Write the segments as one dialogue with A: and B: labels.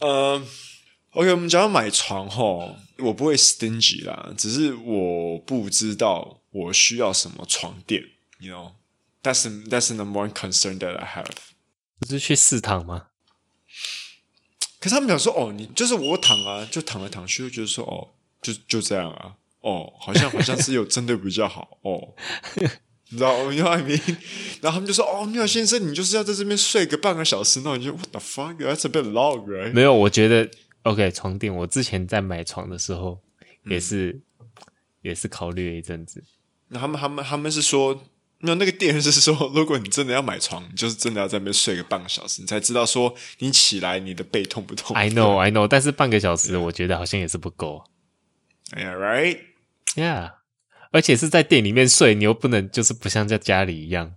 A: 呃，OK，我们讲到买床吼，我不会 stingy 啦，只是我不知道我需要什么床垫，you know。That's the- that's the number one concern that I have。
B: 不是去试躺吗？
A: 可是他们讲说，哦，你就是我躺啊，就躺来躺去，就觉得说，哦，就就这样啊，哦，好像好像是有针对比较好， 哦，你知道我 you know what I mean？然后 他们就说，哦，妙先生，你就是要在这边睡个半个小时，那我就 What the fuck？That's a bit long, right？
B: 没有，我觉得 OK 床垫，我之前在买床的时候
A: 嗯
B: 也是、也是考虑了一阵子。
A: 那他们他们他们是说，那那个店是说，如果你真的要买床，你就是真的要在那边睡个半个小时，你才知道说你起来你的背痛不痛。
B: I know, I know，但是半个小
A: 啊
B: 时我觉得好像也是不够。
A: 哎呀，right？
B: Yeah，而且是在店里面睡，你又不能就是不像在家里一样，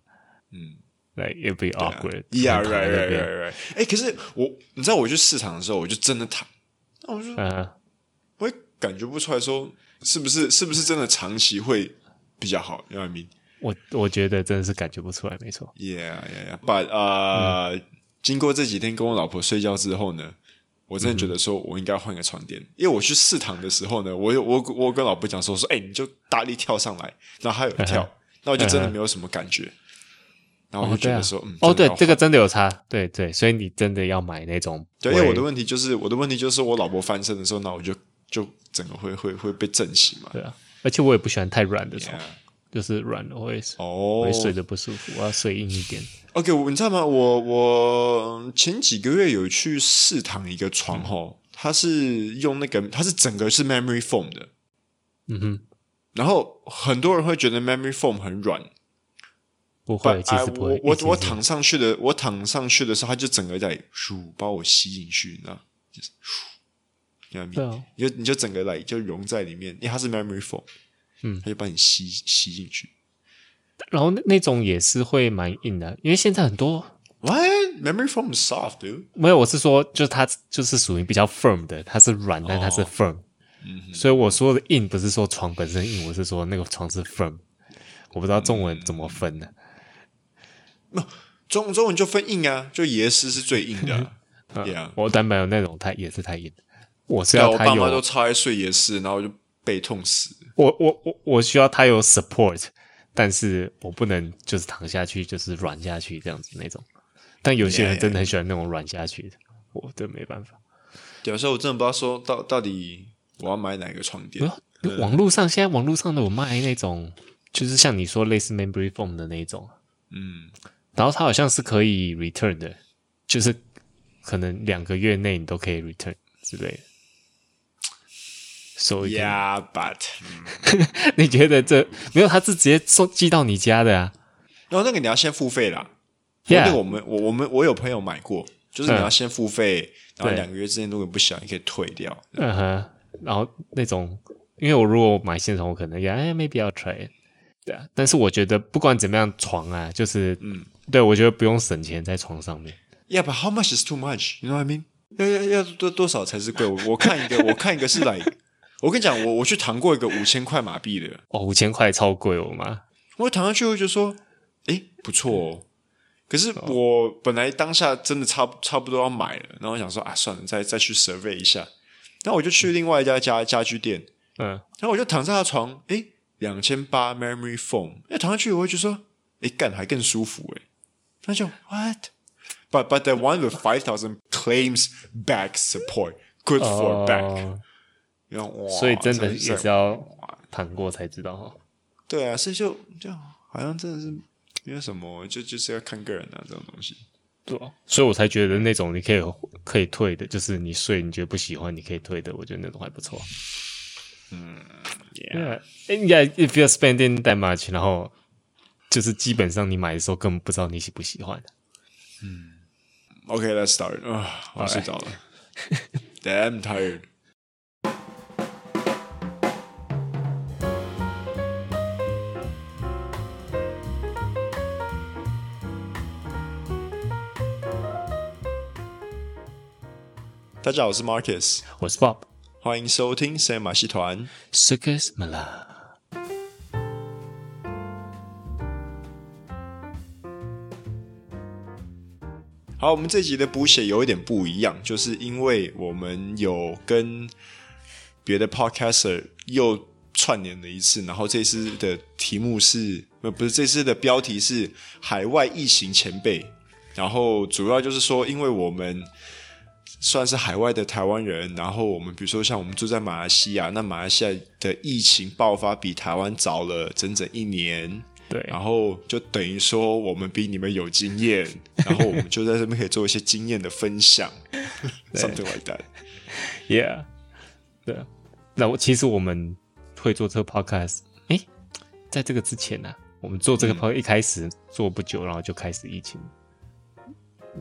A: 嗯啊
B: ，like it be awkward。
A: Yeah,
B: 躺在
A: right,
B: 那
A: right,
B: 边
A: right, right. 哎、可是我，你知道我去市场的时候，我就真的躺，那我就
B: 嗯，
A: 我也感觉不出来说是不是是不是真的长期会比较好，you know what I mean？
B: 我我觉得真的是感觉不出来，没错。
A: Yeah, yeah, yeah. But 呃、经过这几天跟我老婆睡觉之后呢，我真的觉得说我应该换个床垫，因为我去试躺的时候呢，我有我我跟老婆讲说说，哎、你就大力跳上来，然后她有
B: 嗯
A: 跳，那我就真的没有什么感觉，然后我就觉
B: 对啊
A: 得说，嗯，，
B: 哦，对，
A: 真的要换
B: 这个真的有差，对对，所以你真的要买那种不
A: 对，
B: 会，
A: 因为我的问题就是我的问题就是我老婆翻身的时候，那我就就整个会会会被震醒嘛，
B: 对啊，而且我也不喜欢太软的床
A: Yeah
B: 就是软的会
A: 哦，
B: 会睡得不舒服，我要睡硬一点。
A: OK，我你知道吗？我我前几个月有去试躺一个床吼，它是用那个，它是整个是 memory foam 的。
B: 嗯哼，
A: 然后很多人会觉得 memory foam 很软，
B: 不会，
A: 但
B: 其
A: 哎，
B: 实不会
A: 我。我
B: 一直
A: 我
B: 是
A: 躺上去的，我躺上去的时候，它就整个在咻把我吸进去，你知道，就是咻，你知
B: 对
A: 道吗
B: 啊？
A: 你就你就整个来就融在里面，因为它是 memory foam，
B: 嗯
A: 它就把你吸吸进去。
B: 然后那那种也是会蛮硬的，因为现在很多
A: What memory foam is soft, dude？
B: 没有，我是说，就是它就是属于比较 firm 的，它是软，
A: 哦
B: 但它是 firm、
A: 嗯
B: 所以我说的硬不是说床本身硬，我是说那个床是 firm。我不知道中
A: 嗯
B: 文怎么分呢、
A: 中中文就分硬啊，就椰丝是最硬的、 啊。yeah，
B: 我单板有那种太也是太硬，我是
A: 对啊，
B: 嗯要
A: 我
B: 它
A: 爸
B: 有
A: 妈都超爱睡夜市，然后我就被痛死。
B: 我我我我需要它有 support，但是我不能就是躺下去就是软下去这样子那种。但有些人真的很喜欢那种软下去的，我真没办法。
A: 对啊，所以我真的不知道说到到底我要买哪个床垫。
B: 不要网络上现在网络上都有卖那种，就是像你说类似 memory foam 的那一种，
A: 嗯，
B: 然后它好像是可以 return 的，就是可能两个月内你都可以 return 之类的。所以
A: Yeah，but
B: 你觉得这没有，它是直接送寄到你家的啊？
A: 然后那个你要先付费啦。
B: Yeah
A: 那个我们我我们我有朋友买过，就是你
B: 嗯
A: 要先付费，然后
B: 对
A: 两个月之内如果不想，你可以退掉。
B: 嗯哼，然后那种，因为我如果买现成，我可能也哎 maybe 要 try，it 对啊。但是我觉得不管怎么样，床啊，就是嗯，对我觉得不用省钱在床上面。
A: Yeah，but how much is too much？You know what I mean？要要要多多少才是贵？我我看一个，我看一个是来，我跟你讲，我我去谈过一个五千块马币的，
B: 哦，五千块超贵，我妈。
A: 我躺上去我就说，诶，不错 哦。可是我本来当下真的差不差不多要买了，然后我想说啊，算了，再再去 survey 一下。然后我就去另外一家家家居店，
B: 嗯，
A: 然后我就躺上他床，诶，两千八 memory foam，哎，躺上去我就说，诶，干还更舒服诶。他就 what？But but the one with five thousand claims back support, good for back.
B: 哦
A: 然后哇
B: 所以真的也
A: 是
B: 是要躺过才知道哦哈。
A: 对啊，所以就就好像真的是没有什么，就就是要看个人啊，这种东西。
B: 对、啊，所以我才觉得那种你可以可以退的，就是你睡你觉得不喜欢，你可以退的，我觉得那种还不错。嗯，Yeah，Yeah，if、yeah, you're spending that much，然后就是基本上你买的时候根本不知道你喜不喜欢。
A: OK, let's start. 啊，我睡着了。Damn tired. 大家好，我是 Marcus，
B: 我是 Bob。
A: 欢迎收听深夜马戏团。
B: Circus Mala。
A: 好，我们这集的补写有一点不一样，就是因为我们有跟别的 podcaster 又串联了一次，然后这次的题目是，呃，不是这次的标题是海外疫情前辈，然后主要就是说，因为我们算是海外的台湾人，然后我们比如说像我们住在马来西亚，那马来西亚的疫情爆发比台湾早了整整一年，
B: 对，
A: 然后就等于说我们比你们有经 验，然后我们就在这边可以做一些经验的分享，something like that。
B: Yeah，对啊。那我其实我们会做这个 podcast，哎，在这个之前呢、我们做这
A: 嗯
B: 个 podcast 一开始做不久，然后就开始疫情，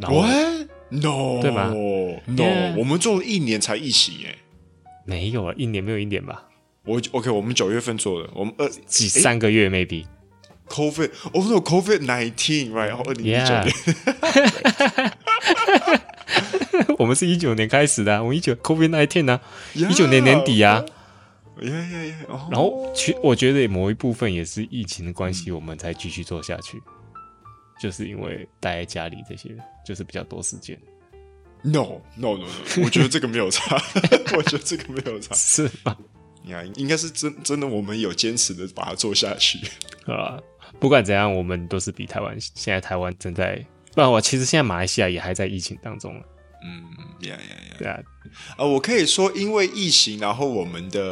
B: 然后
A: What? No，
B: 对吧
A: ？No，、
B: Yeah
A: 我们做了一年才疫情耶。
B: 没有啊，一年没有一年吧，
A: 我 OK，我们九月份做的，我们二呃
B: 几三个月 maybe。
A: COVID，我们有 COVID nineteen right，然后二零一九年
B: Yeah，我们是一九年开始的啊、我们一九 COVID nineteen 呢，一九年年底啊，
A: ，Yeah Yeah Yeah，然后
B: 然后其我觉得某一部分也是疫情的关系，我们才继续做下去，就是因为待在家里这些，就是比较多时间，
A: No No No No，我觉得 这个没有差，我觉得这个没有差，
B: 是吧？
A: 你看，应该是真真的，我们有坚持的把它做下去。
B: 啊，不管怎样，我们都是比台湾现在台湾正在，不然我其实现在马来西亚也还在疫情当中了，
A: 嗯，Yeah Yeah Yeah。
B: 对啊，
A: 啊，我可以说因为疫情，然后我们的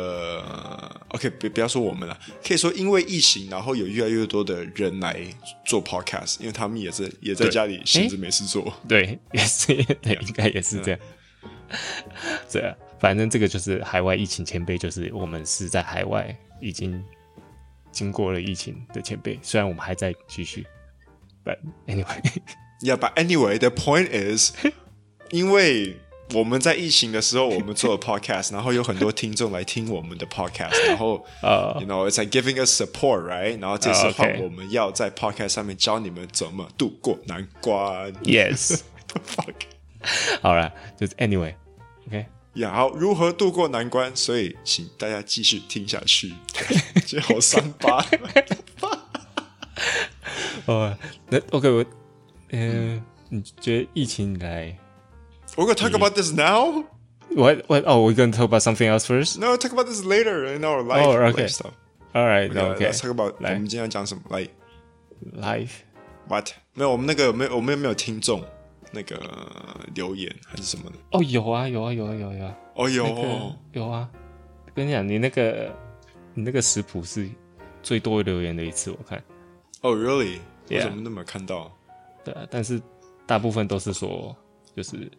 A: 呃 OK，别不要说我们了，可以说因为疫情，然后有越来越多的人来做 podcast，因为他们也是也在
B: 对
A: 家里闲着没事做。
B: 对，也是， 对，应该也是这样，对啊，反正这个就是海外疫情前辈，就是我们是在海外已经经过了疫情的前辈，虽然我们还在继续，but anyway，
A: Yeah，but anyway，the point is，因为我们在疫情的时候，我们做了 podcast，然后有很多听众来听我们的 podcast，然 后
B: 呃
A: you know it's like giving us support，right？然后这次
B: 啊
A: 换
B: ，OK
A: 我们要在 podcast 上面教你们怎么度过难关。
B: ，yes，
A: Fuck。
B: 好了，就是 anyway，OK、
A: 呀，好，如何度过难关？所以请大家继续听下 去，这好伤疤。
B: 哦，那 OK，我，嗯、你觉得疫情以来，
A: We're gonna talk about this now.
B: 我我哦，我 gonna talk about something else first。
A: No, talk about this later in our life.
B: Oh, okay.
A: life stuff.
B: All right,
A: Yeah,
B: OK,
A: Let's talk about 我
B: 来
A: 们今天要讲什么？来
B: life。
A: ，What？没有，我们那个没有，我们有没有听众那个呃留言还是什么的？
B: 哦，有啊，有啊，有啊，有啊有啊，
A: 哦
B: 那个
A: 哟，
B: 有啊。跟你讲，你那个你那个食谱是最多留言的一次，我看。
A: 哦，Really？我
B: Yeah
A: 怎么都没有看到？
B: 对啊，但是大部分都是说，就是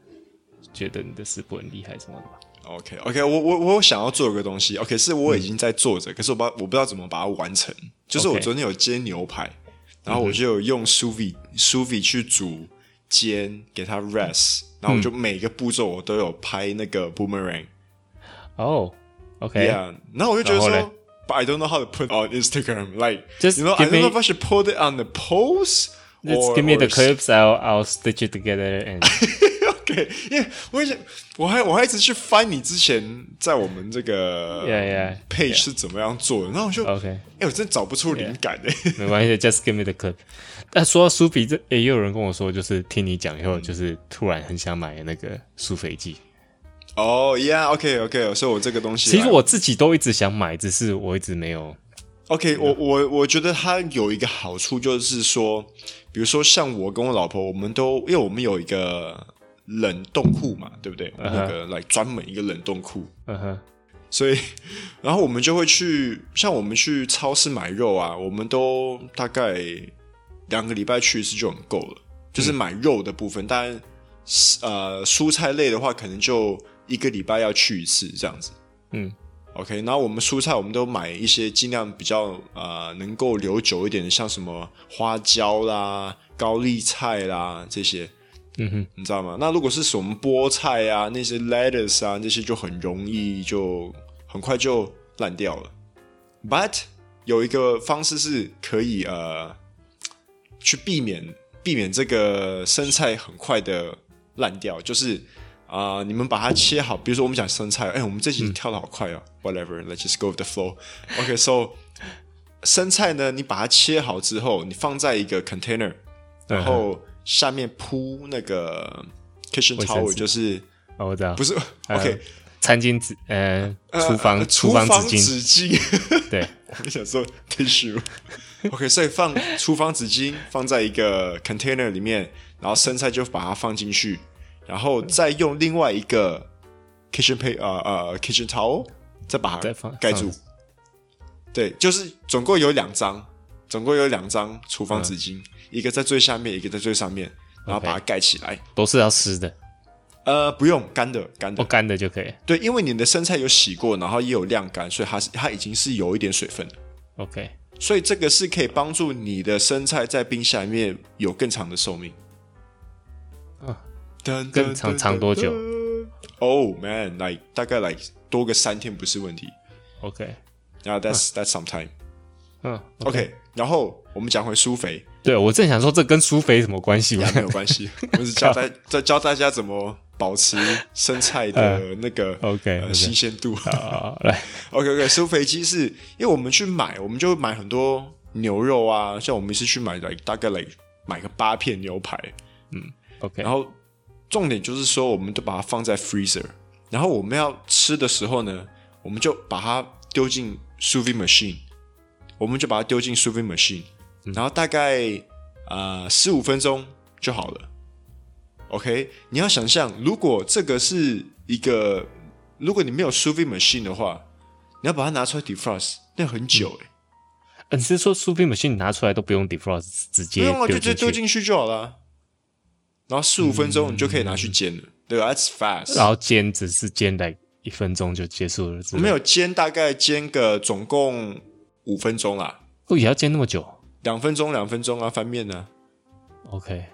B: 觉得你的食谱很厉害什么的吧。
A: OK OK，我我我有想要做一个东西，OK，是我已经在做着，可是我不知道我不知道怎么把它完成。就是我
B: 嗯 OK 嗯
A: 昨天有煎牛排，然后我就有用 s u v i s u v i 去煮煎，给它
B: 嗯
A: rest，然后我就每个步骤我都有拍那个 boomerang，
B: 哦、o k
A: yeah，然后我就觉得
B: 然后
A: 说
B: 嘞
A: ，But I don't know how to put on Instagram, like
B: Just
A: you know I
B: give
A: don't know
B: me-
A: if I should put it on the post.
B: Let's
A: or-
B: give me the
A: or
B: clips. I'll I'll stitch it together and
A: OK，因为我想，我还我还一直去翻你之前在我们这个
B: Yeah, yeah,
A: page 是怎么样做的，然后我就
B: OK，
A: 哎、我真的找不出灵感哎、
B: 没关系，Just give me the clip。但说到酥皮，这也有人跟我说，就是听你讲以
A: 嗯
B: 后，就是突然很想买那个酥肥剂。
A: 哦、yeah，OK，OK，、所以我这个东西来，啊
B: 其实我自己都一直想买，只是我一直没有。
A: OK，我
B: 嗯
A: 我我觉得它有一个好处就是说，比如说像我跟我老婆，我们都因为我们有一个冷冻库嘛，对不对那个来专门一个冷冻库，
B: 嗯哼，
A: 所以， 然后我们就会去，像我们去超市买肉啊，我们都大概两个礼拜去一次就很够了，就是买肉的部分。当然，呃，蔬菜类的话，可能就一个礼拜要去一次这样子。
B: 嗯
A: ，OK。然后我们蔬菜，我们都买一些尽量比较呃能够留久一点的，像什么花椒啦、高丽菜啦这些。
B: 嗯哼，
A: 你知道吗？那如果是什么菠菜啊、那些 lettuce 啊，那些就很容易就很快就烂掉了。But 有一个方式是可以呃去避免避免这个生菜很快的烂掉，就是啊、呃你们把它切好，比如说我们讲生菜，哎、我们这
B: 嗯
A: 集跳的好快哦、w h a t e v e r let's just go with the flow。OK，so、生菜呢，你把它切好之后，你放在一个
B: 嗯
A: container，然后下面铺那个 kitchen
B: 卫生
A: towel，
B: 纸
A: 就是
B: 哦，我知道，
A: 不是
B: 呃
A: OK
B: 餐巾纸，呃，
A: 呃
B: 厨房
A: 呃
B: 厨
A: 厨
B: 房
A: 纸
B: 纸巾，
A: 巾
B: 对，
A: 我们想说 tissue。OK，所以放厨房纸巾放在一个 container 里面，然后生菜就把它放进去，然后再用另外一个 kitchen p a 呃呃 kitchen towel 再把
B: 再
A: 它
B: 放
A: 盖住
B: 放。
A: 对，就是总共有两张，总共有两张厨房纸巾，一个在最下面，一个在最上面，然后
B: 嗯 OK
A: 把它盖起来。
B: 都是要湿的，
A: 呃，不用干的，干的
B: 不。干的就可以。
A: 对，因为你的生菜有洗过，然后也有晾干，所以它是它已经是有一点水分了。
B: OK，
A: 所以这个是可以帮助你的生菜在冰箱里面有更长的寿命。
B: 啊，
A: 噔
B: 更长长多久
A: ？Oh man, like 大概 like 多个三天不是问题。
B: OK，
A: 然后 that's
B: Ah.
A: that's some time.
B: 嗯
A: OK，然后我们讲回苏 肥，
B: 对我正想说这跟苏肥什么关系吧
A: 也？没有关 系，我只教大在教大家怎么保持生菜
B: Ah
A: 的那个
B: OK，
A: 呃
B: OK
A: 新鲜度。
B: 啊，来，
A: OK OK，收肥机是因为我们去买，我们就买很多牛肉啊，像我们一次去买来大概来买个八片牛排，
B: OK，
A: 然后重点就是说，我们都把它放在 freezer，然后我们要吃的时候呢，我们就把它丢进 sous vide machine，我们就把它丢进 sous vide machine，然后大概呃十五分钟就好了。OK，你要想象，如果这个是一个，如果你没有 sous vide machine 的话，你要把它拿出来 defrost，那很久哎、
B: 呃你是说苏菲 machine 你拿出来都不用 defrost，直
A: 不
B: 嗯接
A: 用啊，就直接丢
B: 丢进去，
A: 进去就好了啊。然后四五分钟你就可以拿
B: 嗯
A: 去煎了，对吧？That's fast。
B: 然后煎只是煎来一分钟就结束了，是
A: 我
B: 不是
A: 们有煎，大概煎个总共五分钟啦，
B: 哦也要煎那么久
A: 两分钟两分钟啊，翻面呢、
B: ？OK，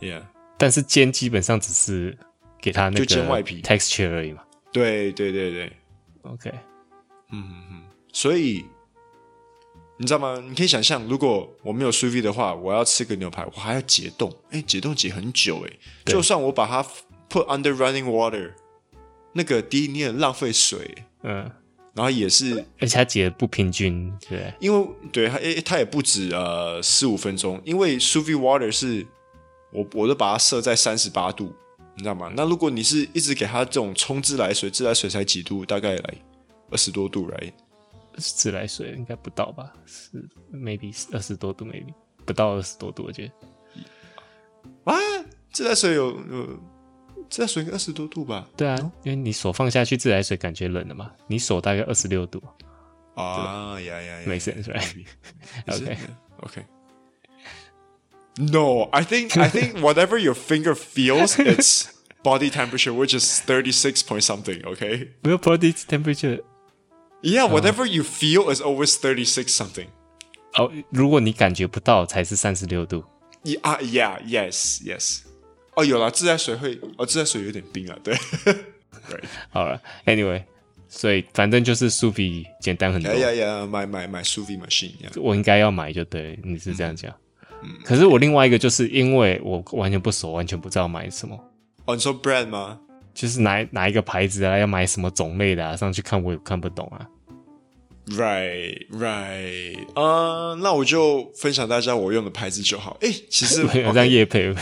A: yeah，
B: 但是煎基本上只是给它那个
A: 就煎外皮
B: texture 而已嘛。
A: 对对对对，
B: OK，
A: 所以你知道吗？你可以想象，如果我没有 s u v 的话，我要吃个牛排，我还要解冻，哎、解冻解很久哎、就算我把它 put under running water，那个第一你很浪费水，
B: 嗯，
A: 然后也是
B: 而且它结得不平均，对，
A: 因为对它，诶、它也不止呃四五分钟，因为 sous vide water 是我我都把它设在三十八度，你知道吗？那如果你是一直给它这种冲自来水，自来水才几度，大概来二十多度来，
B: 自来水应该不到吧？是 maybe 二十多度，maybe 不到二十多度，我觉得。
A: 啊，自来水有有自来水应该二十多度吧？
B: 对啊，因为你手放下去，自来水感觉冷了嘛。你手大概二十六度，
A: 啊呀呀呀
B: 没 sense right？OK
A: OK。No, I think I think whatever your finger feels, it's body temperature, which is thirty six point something. Okay.
B: 没有 body temperature。
A: Yeah, whatever you feel is always thirty six something.
B: 哦，如果你感觉不到，才是三十六度。
A: Yeah, 啊 yeah, yes, yes. Oh, 哦，有啦，自来水会，哦，自来水有点冰啊，对。
B: 好了，anyway，所以反正就是苏比简单很多。
A: 哎呀呀，买买买 s u v i machine 呀、
B: 我应该要买就对了，你是这样讲。
A: 嗯
B: 可是我另外一个就是因为我完全不熟，完全不知道买什么，
A: 哦，你说 bread 吗？
B: 就是哪哪一个牌子啊，要买什么种类的啊，上去看我也看不懂 啊。
A: Right, right. 啊、Uh, 那我就分享大家我用的牌子就好。哎、其 实
B: 好像叶配，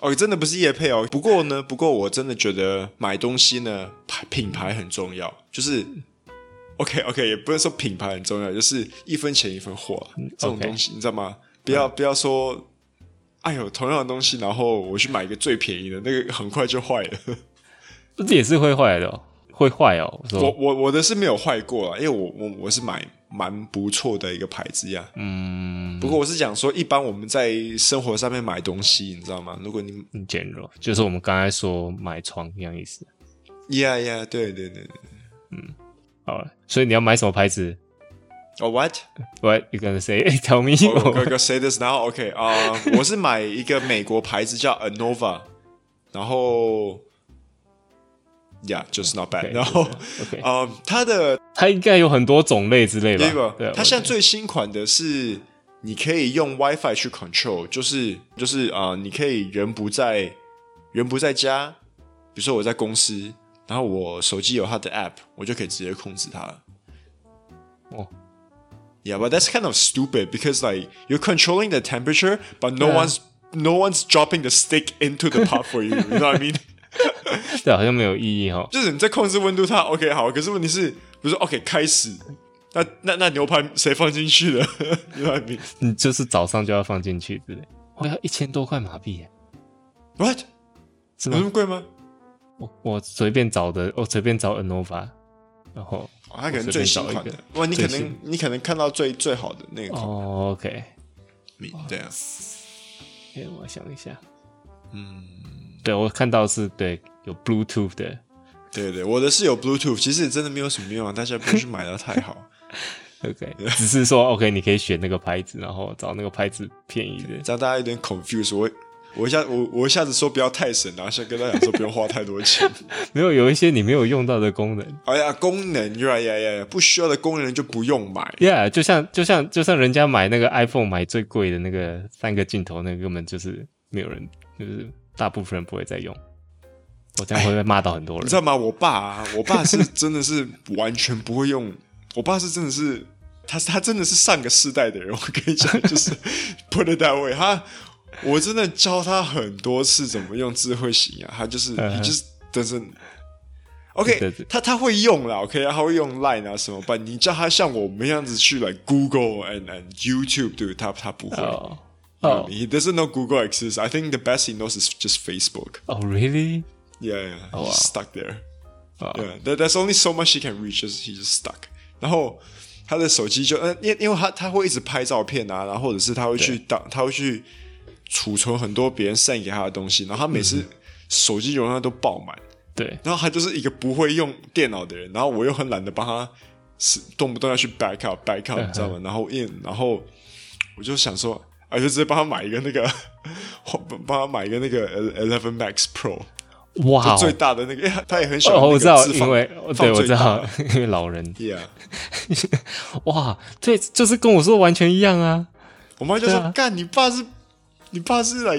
A: 哦，真的不是叶配哦。不过呢，不过我真的觉得买东西呢，牌品牌很重要。就是，OK OK，也不能说品牌很重要，就是一分钱一分货啊、这种
B: 嗯 OK 嗯
A: 东西你知道吗？不要、不要说，哎呦，同样的东西，然后我去买一个最便宜的，那个很快就坏了。
B: 嗯这也是会坏的、哦，会坏哦。我
A: 我
B: 说，
A: 我我的是没有坏过啦，因为我我我是买蛮不错的一个牌子呀。
B: 嗯，
A: 不过我是讲说，一般我们在生活上面买东西，你知道吗？如果你
B: 很简陋，就是我们刚才说买床一样意思。
A: ，Yeah Yeah，对对对对
B: 好了，所以你要买什么牌子
A: 哦 What？
B: ？What you gonna say? Tell me.
A: 我哥哥 say this now OK 啊、我是买一个美国牌子叫 Anova，然后，Yeah，就是 not bad，、
B: OK，
A: 然后
B: OK，
A: 呃，它的
B: 它应该有很多种类之类吧？
A: 对吧
B: 对，？啊
A: 它
B: 我
A: 现在最新款的是你可以用 WiFi 去 control，就是就是啊、呃你可以人不在人不在家，比如说我在公司，然后我手机有它的 app，我就可以直接控制它了。
B: 哦
A: Yeah, but that's kind of stupid because like you're controlling the temperature, but no
B: Yeah.
A: one's no one's dropping the stick into the pot for you，you know what I mean？
B: 对，好像没有意义哈。
A: 就是你在控制温度它，OK 好，可是问题是，不是 OK 开始，那那那牛排谁放进去的 ？You know what I
B: 你就是早上就要放进去，对不对？我要一千多块马币耶，
A: mean？What？
B: 是
A: 有
B: 吗
A: 那？么贵吗？
B: 嗯我我随便找的，我随便找 Anova，然后
A: 哦它可能最新款
B: 我随
A: 的
B: 便找，
A: 哇，你可
B: 最新
A: 能你可能看到最最好的那个款，
B: 哦，OK，
A: 你对啊，
B: 哎，我想一下，
A: 嗯，
B: 对我看到是对有 Bluetooth 的，
A: 对对，我的是有 Bluetooth，其实也真的没有什么用啊，大家不要去买的太 好，
B: OK，只是说 OK，你可以选那个牌子，然后找那个牌子便宜 的。
A: 这样大家有点 confused，我。我一下我我一下子说不要太啊神，然后现在跟大家讲说不用花太多 钱。
B: 没有有一些你没有用到的功能
A: 哎呀，功能呀呀呀呀，不需要的功能就不用买。
B: ，Yeah，就像就像就像人家买那个 iPhone 买最贵的那个三个镜头，那个根本就是没有人，就是大部分人不会再用。我这样会不会骂到很多
A: 哎你
B: 人
A: 知？道吗？我爸、啊，我爸是真的是完全不会用， 我爸是真的是，他他真的是上个世代的人，我跟你讲，就是 put it that way，他我真的教他很多次怎么用智慧型啊，他就是
B: 嗯
A: he
B: 哼
A: just doesn't。
B: 对
A: OK，
B: 对
A: 他他会用啦，OK，他会用 Line 啊什么办？你叫他像我们样子去来 Google and and YouTube，对他他不会。
B: 哦
A: You know what
B: 哦
A: I mean? He doesn't know Google exists. I think the best he knows is just Facebook.
B: 哦，Really？
A: Yeah, yeah. he's
B: Oh, wow.
A: stuck there.
B: 哦
A: Yeah, there, there's only so much he can reach. Just he's just stuck. 然后他的手机就，呃，因因为他他会一直拍照片啊，然后或者是他会去当，他会去储存很多别人 send 给他的东西，然后他每
B: 嗯
A: 次手机容量都爆满，
B: 对，
A: 然后他就是一个不会用电脑的人，然后我又很懒得帮他，是动不动要去 back up back
B: 嗯
A: up，你知道吗？然后 in，然后我就想说，啊，就直接帮他买一个那个， 帮他买一个那个 Eleven Max Pro，
B: 哇
A: 就
B: 哦，
A: 最大的那个，因为他 他也很喜欢那
B: 哦，
A: 个
B: 我知道，
A: 字放
B: 因为
A: 放
B: 对我
A: 最
B: 知道
A: 大，
B: 因为老人，
A: ，Yeah。
B: 哇，对，就是跟我说完全一样啊。
A: 我妈就说
B: 对啊：“
A: 干、你爸是，你爸是来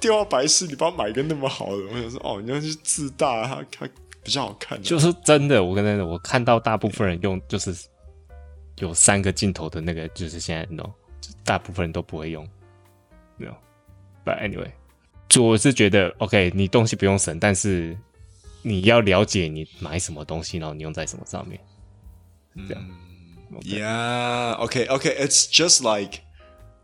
A: 电话白痴，你帮我买一个那么好的。”我想说：“哦，你要去自大，他他比较好看、啊。”
B: 就是真的，我跟真的，我看到大部分人用就是有三个镜头的那个，就是现在 no，就大部分人都不会用，no。But anyway，就我是觉得 OK，你东西不用省，但是你要了解你买什么东西，然后你用在什么上面。
A: yeah, okay, okay. It's just like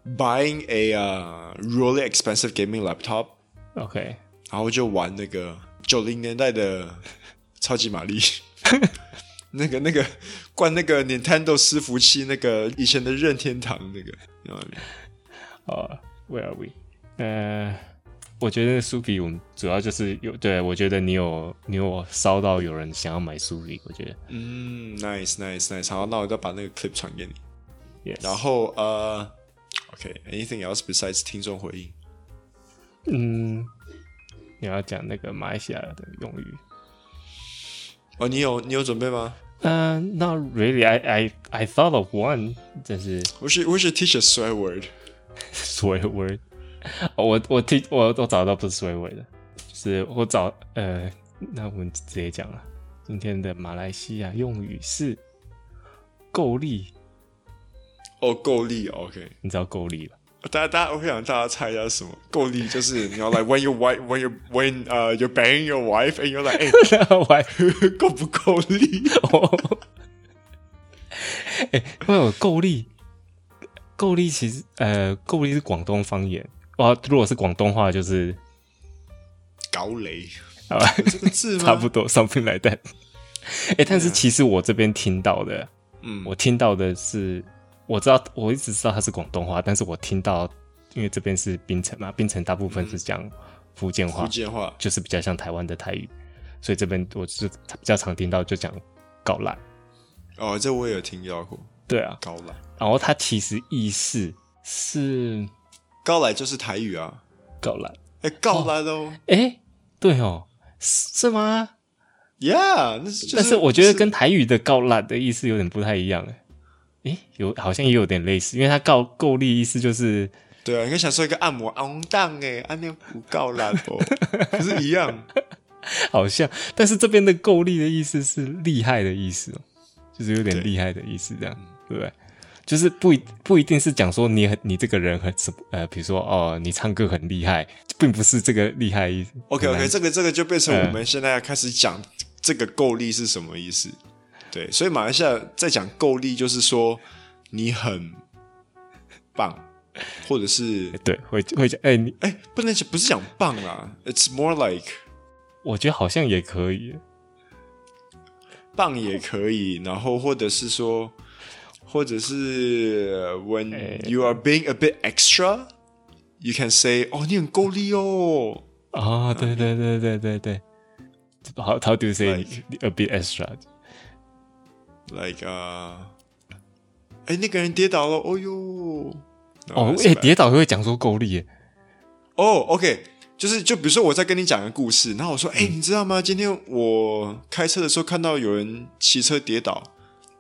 A: buying a uh, really expensive gaming laptop，
B: OK，
A: 然后就玩那个九零年代的超级 玛丽。那个、那个灌那个 Nintendo 伺服器，那个以前的任天堂那个，你知道吗
B: 呃、w h e r e are we？呃，我觉得苏比我们主要就是有，对我觉得你有你有烧到有人想要买苏比，我觉得
A: 嗯，nice nice nice，好，那我再把那个 clip 传给你。
B: ，yes。
A: 然后呃，OK，anything、else besides 听众回应？
B: 嗯，你要讲那个马来西亚的用语？
A: 哦，你有你有准备吗
B: 嗯、n o t really. I I I thought of one，这 是
A: ？We should we should teach a swear word。
B: swear word。哦我我听我都找到不是 swear word 的，就是我找呃，那我们直接讲了。今天的马来西亚用语是够力，
A: 哦，够力，OK。
B: 你知道够力吧？
A: 大家大家，我想大家猜一下是什么？够力就是你要来 when your wife when your when 呃、you're banging your wife and you're like，哎、
B: 我还
A: 够不够力？
B: 哦， 哎、因为我够力，够力其实呃，够力是广东方言。哇，如果是广东话就是
A: 搞雷，
B: 好吧，
A: 有这个字吗？
B: 差不多 something like that。哎、但是其实我这边听到的，
A: 嗯
B: 我听到的是，我知道我一直知道它是广东话，但是我听到，因为这边是槟城嘛，槟城大部分是讲福建话，
A: 福建话
B: 就是比较像台湾的台语，所以这边我是比较常听到就讲搞烂，
A: 哦，这我也有听到过，
B: 对啊，
A: 高来
B: 然后它其实意思是
A: 高来就是台语啊，
B: 搞烂，
A: 哎、高来喽、
B: 哎、对哦，是是吗？
A: y e a h 那是、就是、
B: 但是我觉得跟台语的告烂的意思有点不太一样，哎，诶，有好像也有点类似，因为它告够力意思就是
A: 对啊，你可以想说一个按摩昂当哎，按那不够啦不， 不哦是一样？
B: 好像，但是这边的够力的意思是厉害的意思哦，就是有点
A: 对
B: 厉害的意思，这样对不对？就是不一不一定是讲说你很你这个人很什么呃，比如说哦，你唱歌很厉害，并不是这个厉害意思。
A: OK
B: 很
A: OK，
B: 难
A: 这个这个就变成我们现在要开始讲这个够力是什么意思。对，所以马来西亚在讲够力，就是说你很棒，或者是
B: 对，会会讲哎、你
A: 哎、不能讲不是讲棒啦，It's more like
B: 我觉得好像也可以，
A: 棒也可以，然后或者是说，或者是呃 When
B: 哎
A: you are being a bit extra, you can say 哦，你很够力哦。
B: 啊，对对对对对对。How how do you say a bit extra？
A: like 啊、哎、那个人跌倒了，哦哟，
B: 哦，哎、
A: 哎、
B: 跌倒会讲说够力耶，
A: 哦，OK，就是就比如说我在跟你讲个故事，然后我说，哎、你知道吗？今天我开车的时候看到有人骑车跌倒，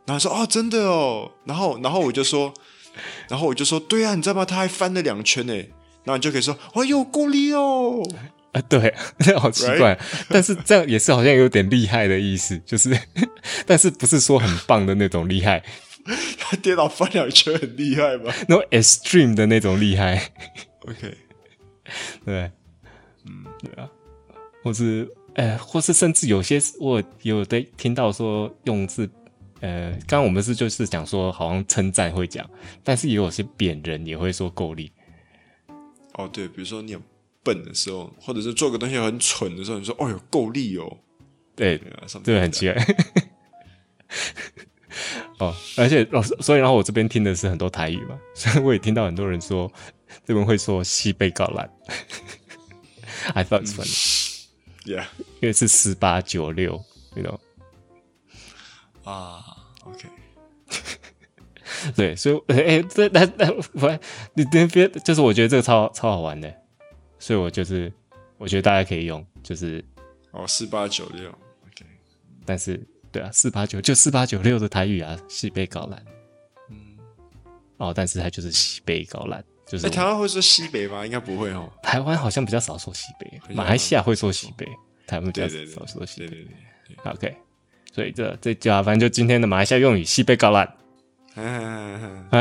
A: 然后说，哦，真的哦，然后然后我就说， 然后我就说，对啊，你知道吗？他还翻了两圈呢，然后你就可以说，哎呦，够力哦，
B: 啊，对， 好奇怪。但是这样也是好像有点厉害的意思，就是， 但是不是说很棒的那种厉害，
A: 他跌倒翻两圈很厉害吧
B: 那种 extreme 的那种厉害，
A: ？OK，
B: 对，嗯，对啊，或是呃，或是甚至有些我有的听到说用字，呃，刚刚我们是就是讲说好像称赞会讲，但是也有些贬人也会说够力，
A: 哦对，比如说你很笨的时候，或者是做个东西很蠢的时候，你说，哦哟，够力哦。
B: 对，
A: 对啊，
B: 这个很奇怪。 哦，而且老师，所以然后我这边听的是很多台语嘛， 所以我也听到很多人说这边会说西北高兰 ，I thought it's funny，、
A: Yeah.
B: 因为是四八九六，you know，
A: 啊，OK，
B: 对，所以 哎、这那那我你那边就是我觉得这个超超好玩的，所以我就是我觉得大家可以用，就是
A: 哦，四八九六，OK，
B: 但是对啊，四八九就四八九六的台语啊，西北高兰，哦，但是它就是西北高兰，就
A: 嗯
B: 是
A: 哎、台湾会说西北吗？应该不会哦。
B: 台湾好像比较少说西北，
A: 较
B: 马来西亚会说西北，台湾比较
A: 对对对
B: 少说西
A: 对
B: 北。
A: 对对，
B: OK，所以这这就啊，反正就今天的马来西亚用语西北高兰，
A: 嗯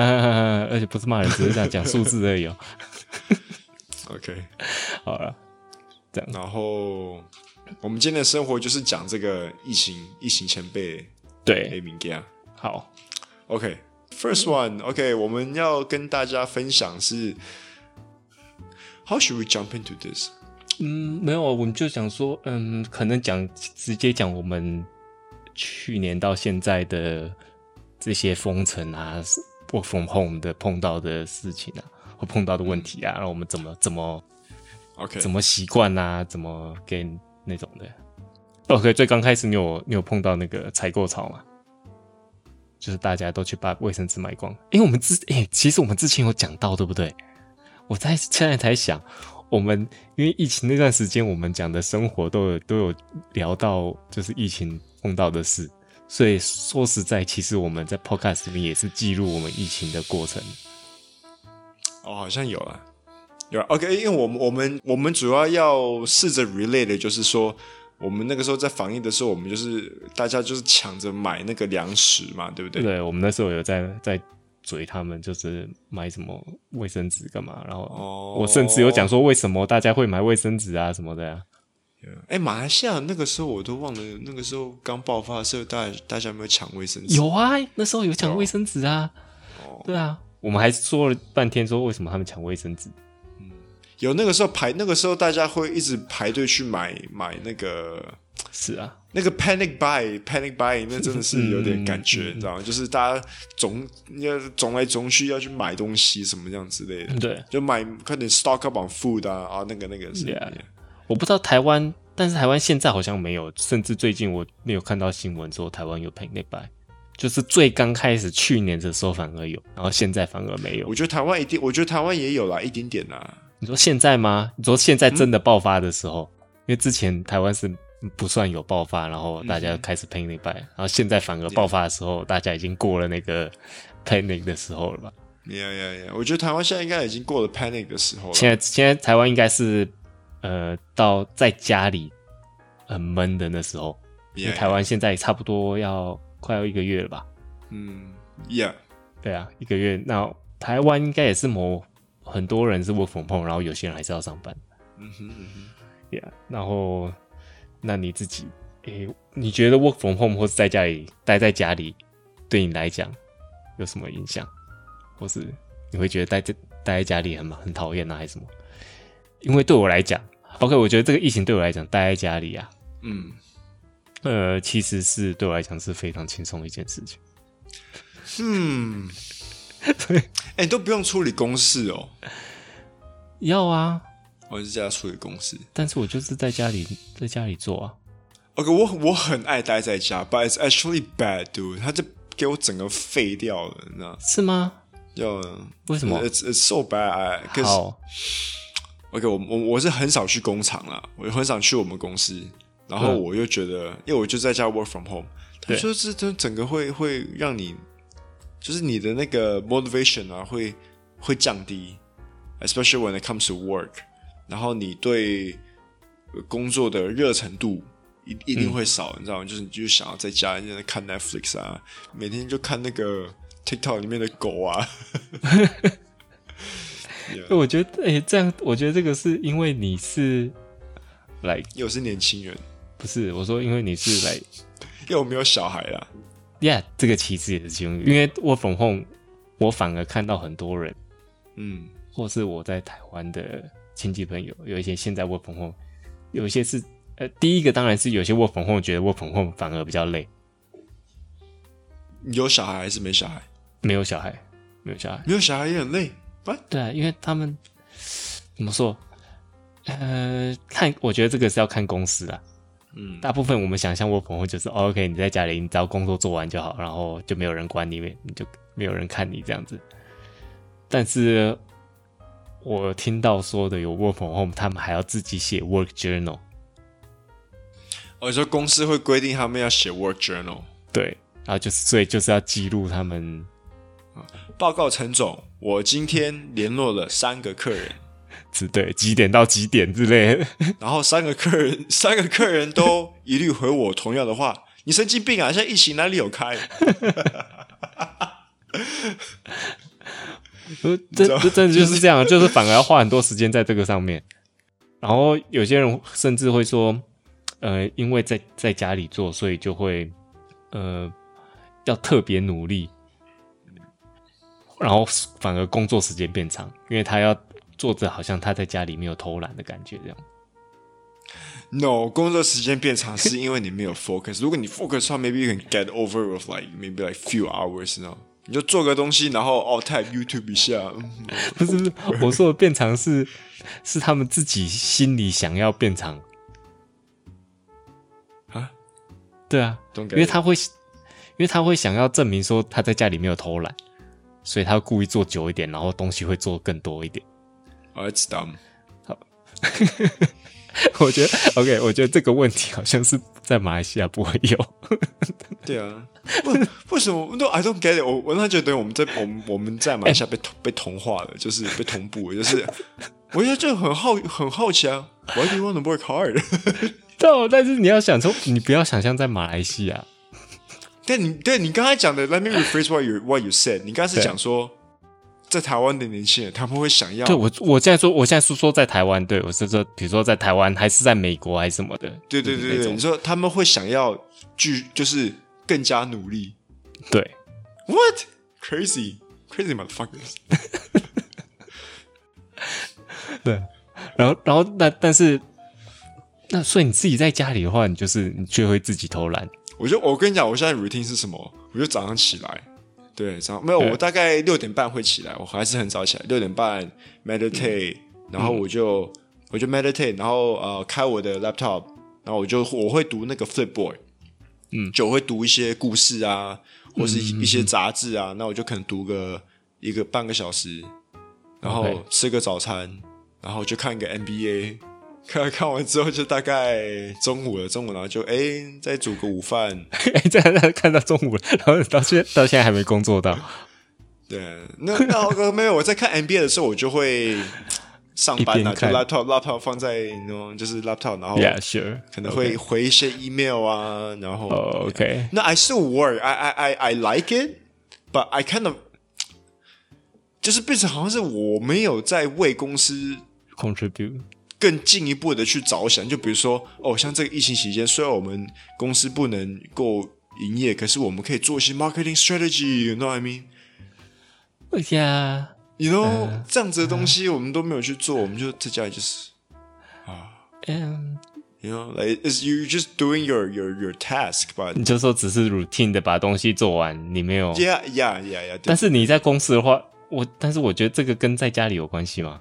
B: 而且不是骂人，只是讲讲数字而已哦。
A: ，OK。
B: 好了，
A: 然后我们今天的生活就是讲这个疫情，疫情前辈
B: 对，
A: 黑名家。
B: 好，
A: OK，first、one，OK，、我们要跟大家分享是，How should we jump into this？
B: 嗯，没有，我们就想说，嗯，可能讲直接讲我们去年到现在的这些封城啊，work from home 的碰到的事情啊，或碰到的问题啊，然后我们怎么怎么
A: OK，
B: 怎么习惯啊，怎么给那种的。OK，最刚开始你有你有碰到那个采购潮吗？就是大家都去把卫生纸买光，因为我们之诶、其实我们之前有讲到，对不对？我在现在才想，我们因为疫情那段时间，我们讲的生活都有都有聊到，就是疫情碰到的事，所以说实在，其实我们在 Podcast 里面也是记录我们疫情的过程。
A: 哦，好像有啦，有啦 OK，因为我们我们我们主要要试着 relate 的就是说，我们那个时候在防疫的时候，我们就是大家就是抢着买那个粮食嘛，对不对？
B: 对，我们那时候有在在追他们，就是买什么卫生纸干嘛，然后
A: 哦
B: 我甚至有讲说为什么大家会买卫生纸啊什么的呀、
A: 哎，马来西亚那个时候我都忘了，那个时候刚爆发的时候，大家大家有没有抢卫生纸？
B: 有啊，那时候有抢卫生纸啊，对啊，我们还说了半天说为什么他们抢卫生纸，
A: 有那个时候排，那个时候大家会一直排队去买买那个
B: 是啊，
A: 那个 panic buy panic buy，那真的
B: 嗯
A: 是有点感觉，你知道吗？就是大家总要总来总去要去买东西什么这样之类的。
B: 对，
A: 就买快点 stock up on food 啊啊，那个那个是
B: Yeah. 我不知道台湾，但是台湾现在好像没有，甚至最近我没有看到新闻说台湾有 p a n i c buy。就是最刚开始去年的时候反而有，然后现在反而没有
A: 我。觉得台湾一定，我觉得台湾也有啦，一点点啦。
B: 你说现在吗？你说现
A: 嗯
B: 在真的爆发的时候，因为之前台湾是不算有爆发，然后大
A: 嗯
B: 家开始 panic buy，、然后现在反而爆发的时候，大家已经过了 那个 panic 的时候了吧？
A: 呀呀呀！我觉得台湾现在应该已经过了 panic 的时候了。
B: 现在现在台湾应该是呃到在家里很闷的那时候，因为
A: Yeah,
B: 台湾现在差不多要快要一个月了吧？
A: 嗯，Yeah，
B: 对啊，一个月。那台湾应该也是某很多人是 work from home，然后有些人还是要上班。
A: 嗯哼嗯
B: ，Yeah，然后那你自己，诶、你觉得 work from home 或是在家里待在家里，对你来讲有什么影响？或是你会觉得待在待在家里很麻很讨厌啊，还是什么？因为对我来讲，OK，我觉得这个疫情对我来讲，待在家里啊，
A: 嗯，
B: 呃，其实是对我来讲是非常轻松的一件事情。
A: 嗯，哎、你都不用处理公事哦，
B: 要啊，
A: 我是在家处理公事。
B: 但是我就是在家里在家里做啊。
A: OK，我我很爱待在家，but it's actually bad, dude。他就给我整个废掉了，你知道？
B: 是吗？
A: 要
B: 为什么
A: It's it's so bad. I- Cause
B: 好，
A: OK，我我我是很少去工厂啦，我很少去我们公司，然后
B: 嗯
A: 我又觉得，因为我就在家 work from home，他
B: 对
A: 就是这整个会会让你，就是你的那个 motivation 啊，会会降低，especially when it comes to work，然后你对呃工作的热忱度一一
B: 嗯
A: 定会少，你知道吗？就是你就想要在家里面看 Netflix 啊，每天就看那个 TikTok 里面的狗啊，
B: 对我觉得，诶、这样，我觉得这个是因为你是来，
A: 因为我是年轻人，
B: 不是我说，因为你是来
A: 因为我没有小孩啦。
B: ，Yeah，这个其实也是其中一个，因为我粉红，我反而看到很多人，
A: 嗯
B: 或是我在台湾的亲戚朋友，有一些现在我粉红，有一些是，呃，第一个当然是有些我粉红觉得我粉红反而比较累，
A: 你有小孩还是没小孩？
B: 没有小孩，没有小孩，
A: 没有小孩也很累。What？
B: 对啊，因为他们怎么说？呃，看，我觉得这个是要看公司啦。
A: 嗯
B: 大部分我们想象我朋友就是、哦、，OK，你在家里，你只要工作做完就好，然后就没有人管你，你就没有人看你这样子。但是我听到说的有 work from home，他们还要自己写 work journal，
A: 哦，你说公司会规定他们要写 work journal
B: 对，然后就是所以就是要记录他们，
A: 报告，陈总，我今天联络了三个客人，
B: 只对几点到几点之类的。
A: 然后三个客人，三个客人都一律回我同样的话。你神经病啊！现在疫情哪里有开？
B: 呃，这这真的就是这样，啊就是反而要花很多时间在这个上面。然后有些人甚至会说，呃，因为在在家里做，所以就会呃要特别努力，然后反而工作时间变长，因为他要做着好像他在家里没有偷懒的感觉这样。
A: No，工作时间变长是因为你没有 focus。如果你 focus 的话，maybe you can get over with like maybe like few hours you know 你就做个东西，然后哦 type YouTube 一下， 嗯
B: 不是不是，我说的变长是是他们自己心里想要变长
A: 啊？
B: 对啊，
A: 懂感
B: 因为
A: 觉
B: 他会，因为他会想要证明说他在家里没有偷懒，所以他故意做久一点，然后东西会做更多一点。
A: 哦，it's dumb。
B: 我觉得 OK，我觉得这个问题好像是在马来西亚不会 有。
A: 对啊，为为什么都 I don't get it？我我那觉得我们在我们我们在马来西亚被同被同化了，就是被同步了，就是我觉得就很好很好奇啊，Why do you want to work hard？
B: 但我啊但是你要想说，你不要想象在马来西亚，
A: 但你对你刚才讲的，Let me rephrase what you what you said。你刚才是讲说，在台湾的年轻人他们会想要
B: 对我我现在说，我现在是说在台湾，对我是说，比如说在台湾还是在美国还是什么的，
A: 对对对
B: 那
A: 对，
B: 种
A: 你说他们会想要去就是更加努力
B: 对。
A: ，What crazy crazy motherfuckers？
B: 对，然后然后那但是那所以你自己在家里的话，你就是你就会自己偷懒，
A: 我就我跟你讲，我现在 routine 是什么？我就早上起来，对，早上没有，
B: 对
A: 我大概六点半会起来，我还是很早起来，六点半
B: 嗯
A: meditate，、然后我就、我就 meditate，然后呃开我的 laptop，然后我就我会读那个 Flipboard，嗯，就我会读一些故事啊，或是
B: 嗯
A: 一一些杂志啊，那我就可能读个一个半个小时，然后
B: OK
A: 吃个早餐，然后就看个 NBA，看 看完之后就大概中午了，中午然后就哎、再煮个午饭，
B: 哎、这样看到中午了，然后到现到现在还没工作到，
A: 对，那那我没有我在看 NBA 的时候，我就会上班啊，
B: 一边
A: 就
B: 看
A: laptop laptop 放在那种就是 laptop，然后
B: Yeah, sure.
A: 可能会回一些 email 啊，然后
B: Oh, OK.
A: 那 I still work. I I I I like it, but I kind of 就是变成好像是我没有在为公司
B: contribute，
A: 更进一步的去着想。就比如说，哦，像这个疫情期间，虽然我们公司不能够营业，可是我们可以做一些 marketing strategy，you know what I mean？
B: 哎呀，
A: you know，、这样子的东西我们都没有去做，我们就在家里就是
B: 嗯，
A: ，you know like is you just doing your your your task but
B: 你就说只是 routine 的把东西做完，你没有。
A: yeah yeah yeah yeah 对。
B: 但是你在公司的话，我但是我觉得这个跟在家里有关系吗？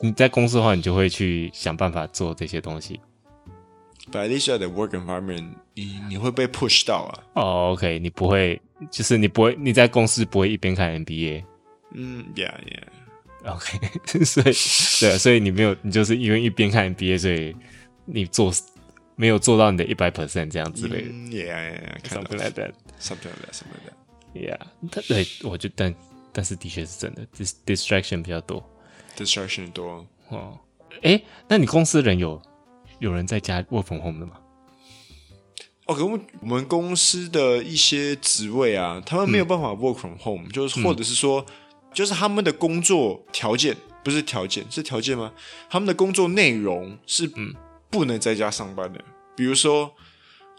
B: 你在公司的话，你就会去想办法做这些东西。
A: But at least at the work environment，你你会被 push 到啊。
B: 哦、o k 你不会，就是你不会，你在公司不会一边看 NBA。
A: 嗯，yeah yeah。
B: OK，所 以对啊，所以你没有，你就是因为一边看 NBA，所以你做没有做到你的一百 percent 这样之类的、
A: 嗯，yeah yeah yeah，
B: s o m
A: 看
B: e
A: 到
B: t h i n g like that。
A: something like that，something like that。
B: Yeah，但对我觉得，但但是的确是真的，dis distraction 比较多
A: distraction 多，
B: 哦。诶，那你公司人有有人在家 work from home 的吗？
A: 哦，可我们我们公司的一些职位啊，他们没有办法 work from home，、就是或者是说，就是他们的工作条件不是条件是条件吗？他们的工作内容是不能在家上班的，比如说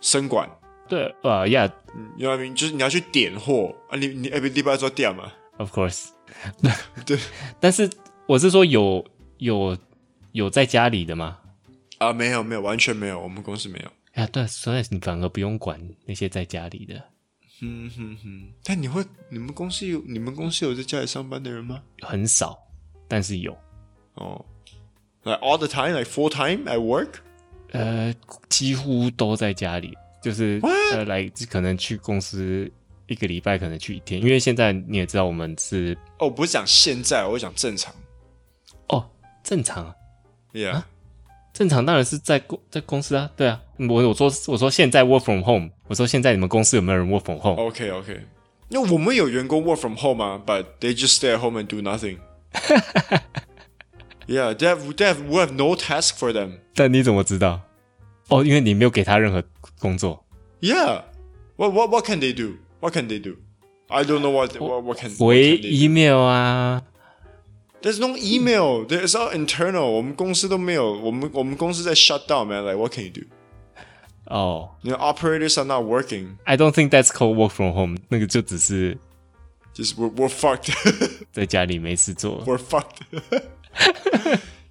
A: 生管，
B: 对，呃、y e a h
A: 你 I mean，就是你要去点货啊，你你哎不礼拜做点嘛，
B: of course，
A: 对，
B: 但是我是说有有有在家里的吗？
A: 啊没有没有完全没有，我们公司没有，
B: 啊，对，所以你反而不用管那些在家里的，
A: 嗯哼哼，但你会你们公司有你们公司有在家里上班的人吗？
B: 很少，但是有，
A: 哦，like all the time，like full time at work。
B: 呃，几乎都在家里，就是呃，来可能去公司一个礼拜，可能去一天，因为现在你也知道我们是
A: 哦，不是讲现在，我讲正常。
B: 哦，正常啊，
A: Yeah，、
B: 正常当然是在公在公司啊，对啊，我我说我说现在 work from home，我说现在你们公司有没有人 work from home？、
A: OK OK，那我们有员工 work from home 啊，but they just stay at home and do nothing。yeah, they have they have we have no task for them.
B: 但你怎么知道？哦，因为你没有给他任何工作，
A: Yeah, what what what can they do? What can they do? I don't know what what what can. what
B: 回
A: can they do.
B: email 啊，
A: There's no email. There's all internal. 我们公司都没有，我们我们公司在 shut down, man. Like what can you do?
B: 哦。
A: You know, operators are not working.
B: I don't think that's called work from home，那个就只是
A: Just we're we're fucked.
B: 在家里没事做。
A: We're fucked 。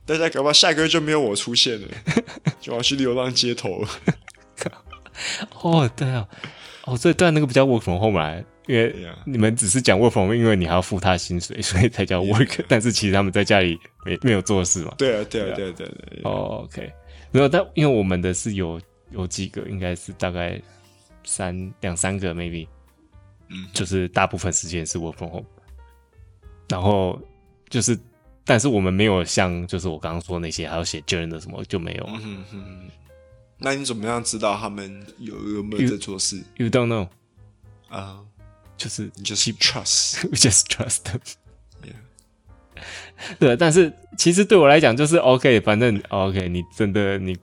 A: 大家搞不好下个月就没有我出现了，就我要去流浪街头了。
B: 哦，对啊，哦，所以对啊，那个不叫 work from home 来，因为
A: Yeah.
B: 你们只是讲 work from home，因为你还要付他薪水， 所以才叫 work。但是其实他们在家里没没有做事嘛。
A: 对啊，对啊，对啊，对啊，对啊
B: 哦，OK，没有，但因为我们的是有有几个，应该是大概三两三个 maybe，
A: 嗯，
B: 就是大部分时间是 work from home，然后就是，但是我们没有像就是我刚刚说那些还要写 journal 什么就没
A: 嗯
B: 有啊、
A: 那你怎么样知道他们有有没有在做事
B: y o u don't know，
A: 啊？
B: 就是
A: 你 just trust，
B: we just trust them。
A: Yeah.
B: 对，但是其实对我来讲就是 OK，反正 OK，你真的你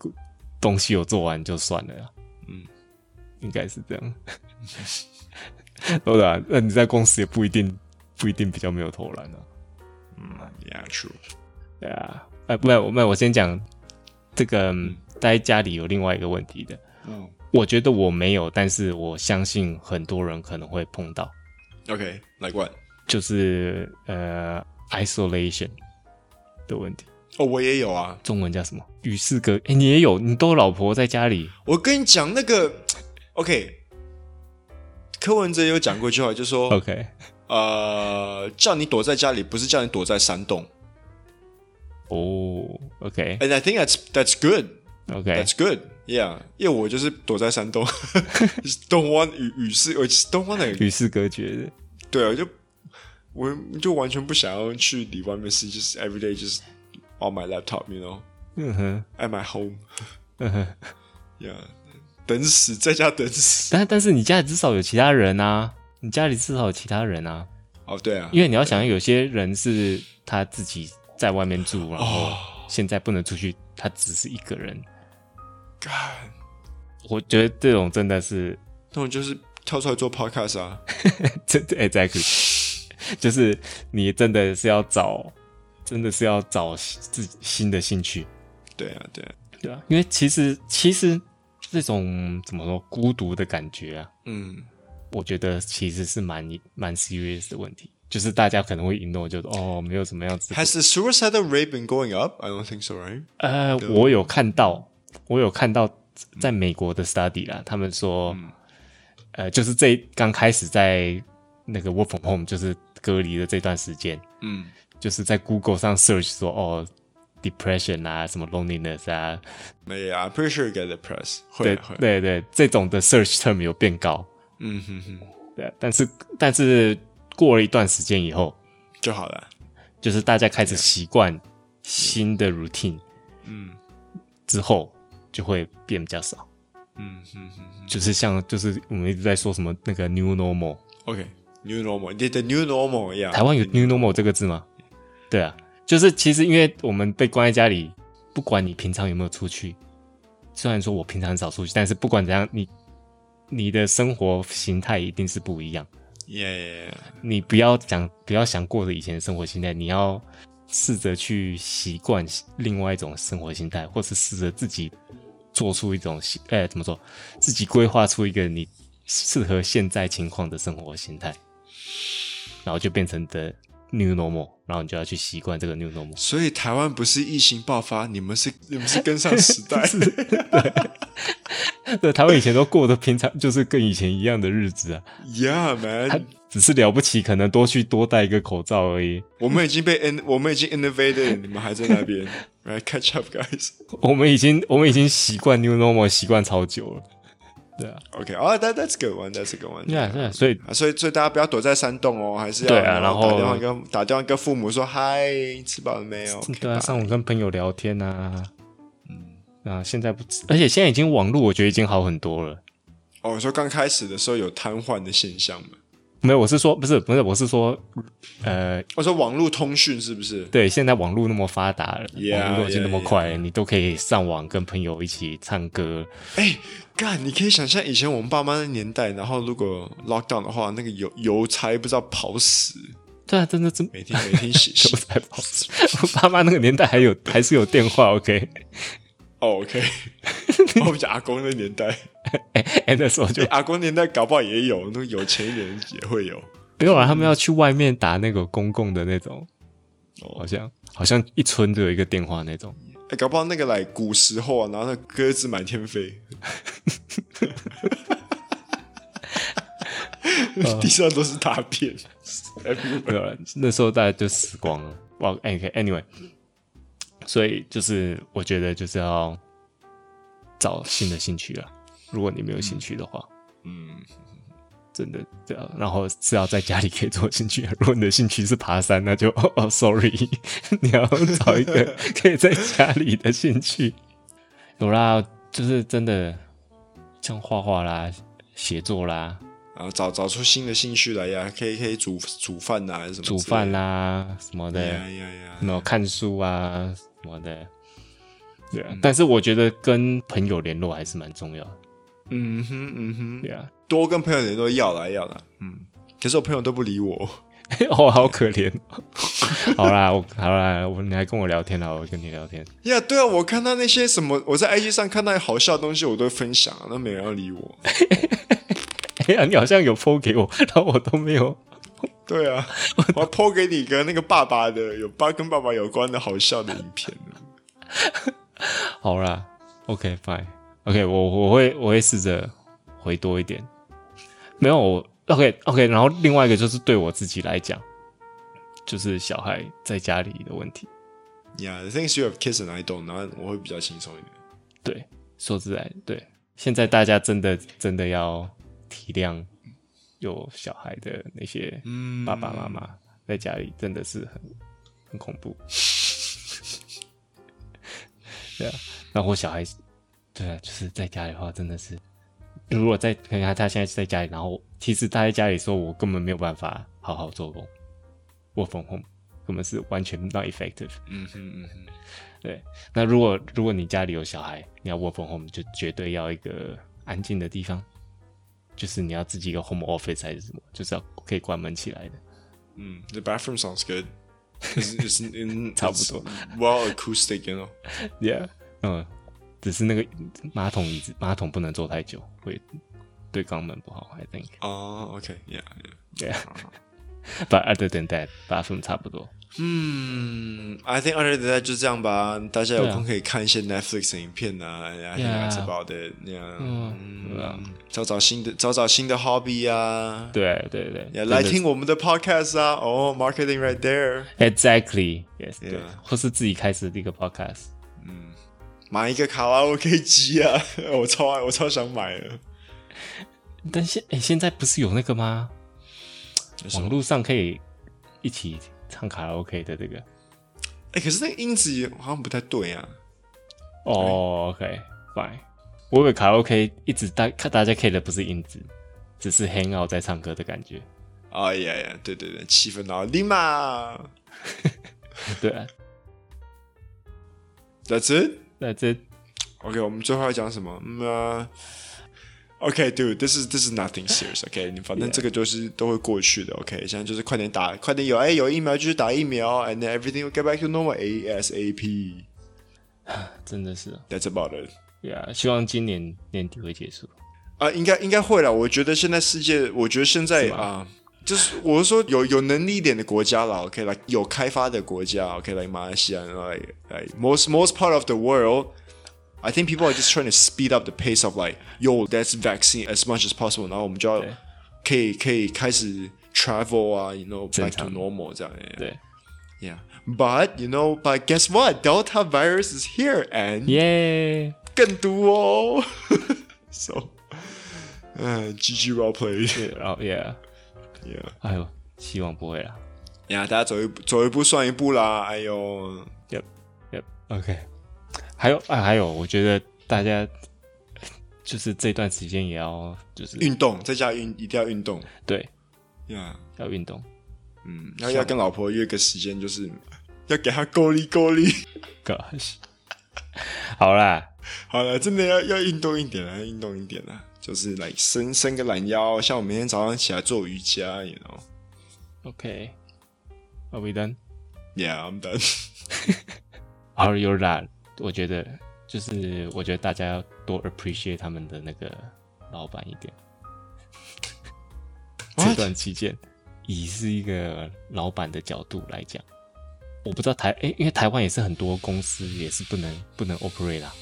B: 东西有做完就算了啦。
A: 嗯，
B: 应该是这样。 对啊，那你在公司也不一定不一定比较没有偷懒啊。
A: yeah true。
B: 对啊，哎，不然我们我先讲这个、嗯待在家里有另外一个问题的，
A: 嗯
B: 我觉得我没有，但是我相信很多人可能会碰到，
A: ，OK，like what？
B: 就是呃 isolation 的问题。
A: 哦，我也有啊。
B: 中文叫什么？与世隔，哎、你也有，你都有老婆在家里，
A: 我跟你讲那个，OK，柯文哲有讲过一句话，就说
B: OK，
A: 呃，叫你躲在家里，不是叫你躲在山洞。
B: 哦，OK，OK，
A: And I think that's that's good. That's good. Yeah，因为我就是躲在山 洞，just don't want 与与世，我 just don't want to。
B: 与世隔绝的。
A: 对啊，我就我就完全不想要去理外面事，就是 every day just on my laptop，you know
B: 嗯哼，
A: at my home。
B: 嗯哼，
A: Yeah，等死，在家等死。
B: 但但是你家里至少有其他人啊，你家里至少有其他人啊，
A: 哦，对啊，
B: 因为你要想，有些人是他自己在外面
A: 哦
B: 住，然后现在不能出去，他只是一个人。
A: 干，
B: 我觉得这种真的是，
A: 那我就是跳出来做 podcast 啊。
B: 这 exactly，就是你真的是要找，真的是要找自己新的兴趣，
A: 对啊，对啊，
B: 对啊，因为其实其实这种怎么说孤独的感觉啊，
A: 嗯，
B: 我觉得其实是蛮蛮 serious 的问题，就是大家可能会 ignore，就是哦，没有怎么样子。
A: Has the suicidal rate been going up? I don't think so, right?
B: 呃，我有看到，我有看到在美国的 study 啦，他们说，
A: 嗯
B: 呃，就是这刚开始在那个 work from home，就是隔离的这段时间，
A: 嗯
B: 就是在 Google 上 search 说哦，depression 啊，什么 loneliness 啊，
A: ，Yeah, I'm pretty sure you get depressed. 会
B: 对
A: 啊会啊，
B: 对对，这种的 search term 有变高，
A: 嗯哼哼，
B: 对，但是但是过了一段时间以后，
A: 就好了。
B: 就是大家开始习惯新的 routine，
A: 嗯
B: 之后就会变比较少，
A: 嗯哼哼哼
B: 就是像就是我们一直在说什么那个 new normal，
A: ，OK, new normal. The the new normal, yeah.
B: 台湾有 new normal 这个字吗？对啊，就是其实因为我们被关在家里，不管你平常有没有出去，虽然说我平常很少出去，但是不管怎样，你你的生活形态一定是不一样。
A: Yeah, yeah, yeah.
B: 你不要讲，不要想过着以前的生活心态，你要试着去习惯另外一种生活心态，或是试着自己做出一种习，哎、怎么说？自己规划出一个你适合现在情况的生活心态，然后就变成的 new normal，然后你就要去习惯这个 new normal。
A: 所以台湾不是疫情爆发，你们是 你们是跟上时代。
B: 对，台湾以前都过得平常，就是跟以前一样的日子啊，
A: yeah, man.
B: 只是了不起，可能多去多戴一个口罩而已。
A: 我们已经被 in，我们已经 innovated，你们还在那边。Right, catch up, guys.
B: 我们已经我们已经习惯 new normal，习惯超久了。对啊，
A: OK，哦、oh,，that that's a good one, that's a good one.
B: 对啊，对啊，所以
A: 啊，所以所以大家不要躲在山洞哦，还是要
B: 对啊然后
A: 打电话跟打电话跟父母说嗨，吃饱了没有？
B: 对啊，上午跟朋友聊天啊，嗯啊，现在不，而且现在已经网络，我觉得已经好很多了。
A: 哦，我说刚开始的时候有瘫痪的现象嘛？
B: 没有，我是说，不是不是，我是说，呃，
A: 我说网络通讯是不是？
B: 对，现在网络那么发达了
A: Yeah，
B: 网络已经那么
A: yeah，
B: 快了你都可以上网跟朋友一起唱歌。
A: 哎，干，你可以想象以前我们爸妈的年代，然后如果 lockdown 的话，那个邮邮差不知道跑死，
B: 对啊，真的 真
A: 每天每天写信
B: 我。才跑，我爸妈那个年代还有还是有电话，OK，
A: 哦，OK，我哦们阿公的年代，
B: 哎那时候就
A: 哎阿公年代搞不好也有，那个有钱一点人也会有。
B: 没有啊，他们要去外面打那个公共的那种，好
A: 哦，
B: 像好像一村都有一个电话那种。
A: 哎，搞不好那个来古时候啊，然后那鸽子满天 飞，
B: 哦
A: 地上都是大便。
B: 没有了，那时候大家就死光了。哇，anyway，所以就是我觉得就是要找新的兴趣了。如果你没有兴趣的话，
A: 嗯，
B: 真的对啊。然后是要在家里可以做兴趣。啊如果你的兴趣是爬山，那就 哦哦，sorry，你要找一个可以在家里的兴趣。有啦，就是真的像画画啦、写作啦、
A: 然后啊找找出新的兴趣来呀，可以可以煮煮饭呐、还是什么之类
B: 煮
A: 的？
B: 饭啊啦什么的。
A: 呀呀呀！
B: 没有看书啊什么的。对啊，但是我觉得跟朋友联络还是蛮重要的。
A: 嗯哼嗯哼，
B: 对啊，
A: 多跟朋友联络要来要来。嗯，可是我朋友都不理我。
B: 哦， 好可怜。好啦，我好啦，我你还跟我聊天啦，我跟你聊天。
A: 呀、对啊，我看到那些什么，我在 IG 上看到好笑的东西，我都会分享，那没人要理我。
B: 哎呀，你好像有 PO 给我，然后我都没有。
A: 对 啊，我要 po 给你个那个爸爸的，有爸跟爸爸有关的好笑的影片。
B: 好啦，OK fine。OK，我我会我会试着回多一点。没有我 OK OK，然后另外一个就是对我自己来讲，就是小孩在家里的问题。
A: Yeah, the things you have kids and I don't，然后我会比较轻松一点。
B: 对，说实在，对，现在大家真的真的要体谅有小孩的那些
A: 嗯
B: 爸爸妈妈在家里真的是很很恐怖。 对啊，然后我小孩，对啊，就是在家里的话，真的是，如果在看他他现在是在家里，然后其实他在家里说，我根本没有办法好好做工，我缝工根本是完全 not effective。
A: 嗯哼嗯哼，
B: 对，那如果如果你家里有小孩，你要 work from home，就绝对要一个安静的地方，就是你要自己一个 home office 还是什么，就是要可以关门起来的。
A: Mm, the bathroom sounds good. It's, it's, in,
B: 差不多。
A: it's well acoustic, you know.
B: Yeah，嗯，只是那个马桶椅子马桶不能坐太久，会对肛门不好。I think
A: Oh, okay. Yeah. yeah.
B: yeah，but other than that，八分差不多。
A: Hmm. I think other than that,
B: 对啊。
A: 就这样吧。大家有空可以看一些 Netflix 影片啊。And I think that's
B: Yeah.
A: about it. Yeah.
B: 对啊。
A: 找找新的找找新的 hobby 啊。
B: 对对对，
A: Yeah,
B: 真的
A: 来
B: 是
A: 听我们的 podcast 啊！哦、m a r k e t i n g right there，
B: Exactly，yes，
A: Yeah
B: 对，或是自己开始一个 podcast。
A: 买一个卡拉 OK 机啊！ 我超爱，我超想买啊的。
B: 但现诶现在不是有那个吗？
A: 什么
B: 网络上可以一起唱卡拉 OK 的这个。
A: 哎、可是那个音质也好像不太对啊。
B: 哦，OK，fine。我以为卡拉 OK 一直大大家 K 的不是音质，只是 hang out 在唱歌的感觉。
A: 哎呀呀，对对对，气氛啊，立马
B: 对啊，
A: ，That's it。
B: 那这
A: OK，我们最后要讲什么？嗯、啊 OK，dude，this、is this is nothing serious。OK，你反正
B: Yeah.
A: 这个就是都会过去的。OK，现在就是快点打，快点有哎、有疫苗就去打疫苗，and then everything will get back to normal ASAP。
B: 真的是，啊
A: That's about it。
B: 对啊，希望今年年底会结束。
A: 啊，应该应该会啦。我觉得现在世界，我觉得现在啊、就是我是说有有能力一点的国家啦，OK，来、like, 有开发的国家，OK，来、like、马来西亚，来、like, 来、like, most most part of the world。I think people are just trying to speed up the pace of like, yo, that's vaccine as much as possible. 然后我们就要
B: 对
A: 可以可以开始 travel 啊，you know, back
B: 正
A: to
B: 常
A: normal 这样。
B: 对
A: Yeah, but you know, but guess what? Delta virus is here and
B: 耶、
A: 更多哦。so，呃、g g well played。
B: 对，然后 Yeah，
A: Yeah，
B: 哎呦，希望不会啦。
A: 呀、大家走一步走一步算一步啦。哎呦，
B: Yep, yep. OK，还有啊，还有，我觉得大家 就是这段时间也要就是
A: 运动在家运一定要运动。
B: 对
A: 呀、
B: 要运动，
A: 嗯，要要跟老婆约个时间，就是要给她够力够力。
B: Gosh，好啦，
A: 好了，真的要要运动一点啊，要运动一点啊，就是来伸伸个懒腰，像我每天早上起来做瑜伽，you know。
B: OK，Are、we done?
A: Yeah, I'm done.
B: Are you done? 我觉得就是我觉得大家要多 appreciate 他们的那个老板一点。这
A: What？
B: 段期间，以是一个老板的角度来讲，我不知道台诶、因为台湾也是很多公司也是不能不能 operate 啦。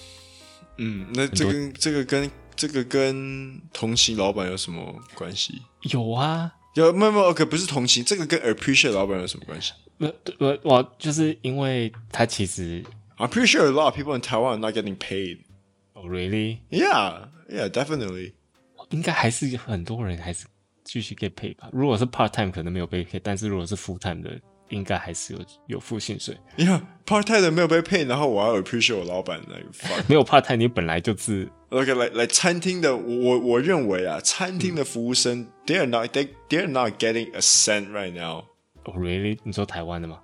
A: 嗯，那这个这个跟这个跟同期老板有什么关系？
B: 有啊，
A: 有没有没有？OK，不是同情，这个跟 appreciate 老板有什么关系
B: 不不，我就是因为他其实
A: ？I'm pretty sure a lot of people in Taiwan are not getting paid.
B: oh, really
A: Yeah, yeah, definitely.
B: 应该还是有很多人还是继续 get paid 吧。如果是 part time 可能没有被 paid，但是如果是 full time 的，应该还是有有付薪水。
A: Yeah, part time 的没有被 paid，然后我要 appreciate 我老板那个 fuck。
B: 没有 part time，你本来就是。
A: OK，来来，餐厅的我我我认为啊，餐厅的服务生、t h e y are not they they are not getting a cent right now.
B: Oh, really？你说台湾的吗？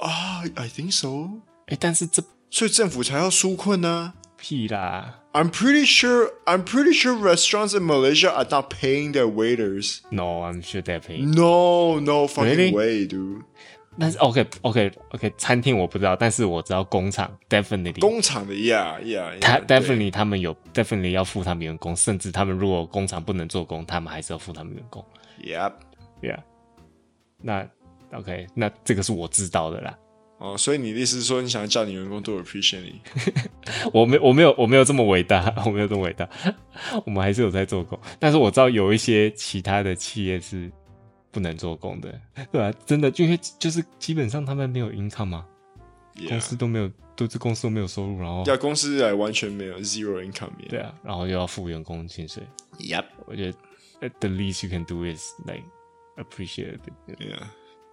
A: 啊、i think so.
B: 哎，但是这
A: 所以政府才要纾困呢、
B: 屁啦
A: I'm pretty sure I'm pretty sure restaurants in Malaysia are not paying their waiters.
B: ！No，I'm sure they're paying。
A: No, no
B: Really?
A: fucking way, dude.
B: 但是 OK，OK，OK，、餐厅我不知道，但是我知道工厂 definitely
A: 工厂的，yeah yeah，
B: 他
A: yeah，对
B: definitely 他们有 definitely 要付他们员工，甚至他们如果工厂不能做工，他们还是要付他们员工。
A: ，yep，
B: Yeah，那 OK，那这个是我知道的啦。
A: 哦，所以你的意思是说，你想叫你员工多 appreciate 你？
B: 我没我没有我没有这么伟大，我没有这么伟大，我们还是有在做工。但是我知道有一些其他的企业是不能做工的，对吧、真的，因为就是基本上他们没有 income 嘛，公
A: Yeah，
B: 司都没有，都是公司都没有收入，然后
A: 要公司来完全没有 zero income
B: 对啊，然后又要付员工薪水，
A: ，yep，
B: 我觉得呃 the least you can do is like appreciate it。
A: yeah，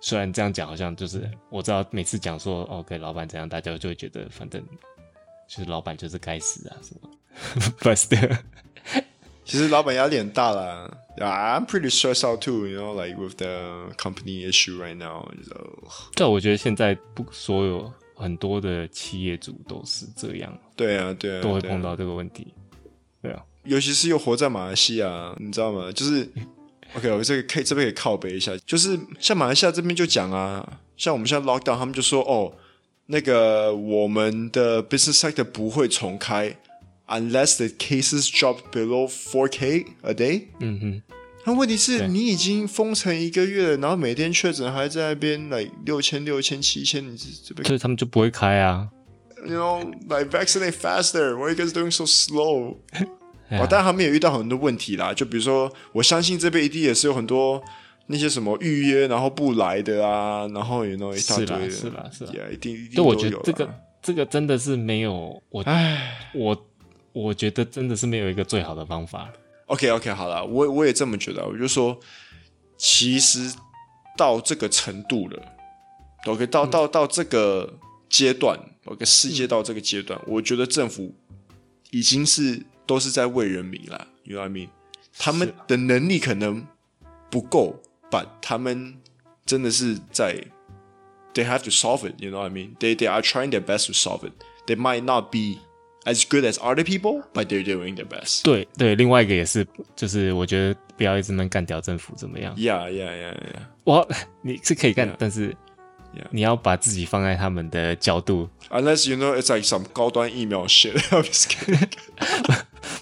B: 虽然这样讲好像就是我知道每次讲说哦给老板怎样，大家就会觉得反正就是老板就是该死啊什么 ，but still
A: 其实老板压力很大啦。Yeah, I'm pretty stressed out too, you know, like with the company issue right now. So,
B: 但我觉得现在不所有很多的企业主都是这样，
A: 对啊，对啊，
B: 都会
A: 对啊
B: 碰到这个问题。对啊，
A: 尤其是又活在马来西亚，你知道吗？就是 OK，我这个可以这边可以靠背一下，就是像马来西亚这边就讲啊，像我们现在 lockdown，他们就说哦，那个我们的 business sector 不会重开，unless the cases drop below four k a day。
B: 嗯哼，
A: 那问题是
B: 对
A: 你已经封城一个月了，然后每天确诊还在那边来六千、六千、七千，你这这边
B: 所以他们就不会开啊。
A: you know like vaccinate faster, why are you guys doing so slow？
B: 哎呀
A: 哦，但他们也遇到很多问题啦，就比如说，我相信这边一定也是有很多那些什么预约然后不来的啊，然后也 you know 一大
B: 是啦
A: 堆的，
B: 是啦是啦
A: Yeah，一定一定
B: 对，我
A: 都
B: 觉
A: 有啦
B: 得这个这个真的是没有我
A: 唉
B: 我我觉得真的是没有一个最好的方法。
A: ，OK OK，好啦，我我也这么觉得，我就说，其实到这个程度了，OK，到到到这个阶段，OK，世界到这个阶段，我觉得政府已经是都是在为人民啦，You know what I mean？他们
B: 是
A: 的能力可能不够，but 他们真的是在，they have to solve it，you know what I mean？They they are trying their best to solve it. They might not be as good as other people, but they're doing their best.
B: 对对，另外一个也是，就是我觉得不要一直闷干掉政府怎么样？
A: Yeah, yeah, yeah, yeah.
B: 我 你是可以干
A: Yeah.
B: 但是
A: Yeah.
B: 你要把自己放在他们的角度。
A: Unless you know it's like some 高端疫苗 shit. I'm just kidding.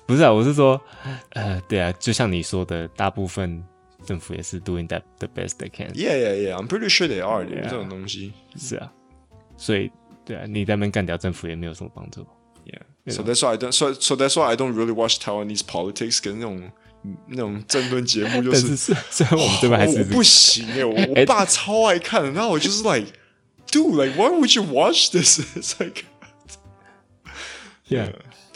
B: 不是啊，我是说，呃，对啊，就像你说的，大部分政府也是 doing that the best they can。
A: Yeah, yeah, yeah. I'm pretty sure they are. dude,
B: Yeah.
A: 这种东西。
B: 是啊，所以对啊，你在那边干掉政府也没有什么帮助。
A: Yeah. So that's why I don't. So so that's why I don't really watch Taiwanese politics 跟那种那种政论节 目，就
B: 但是
A: 是
B: 虽虽然我们这边还
A: 我
B: 是
A: 我不行 哎、我我爸超爱看的，然后我就是 like, dude, like why would you watch this? It's like
B: Yeah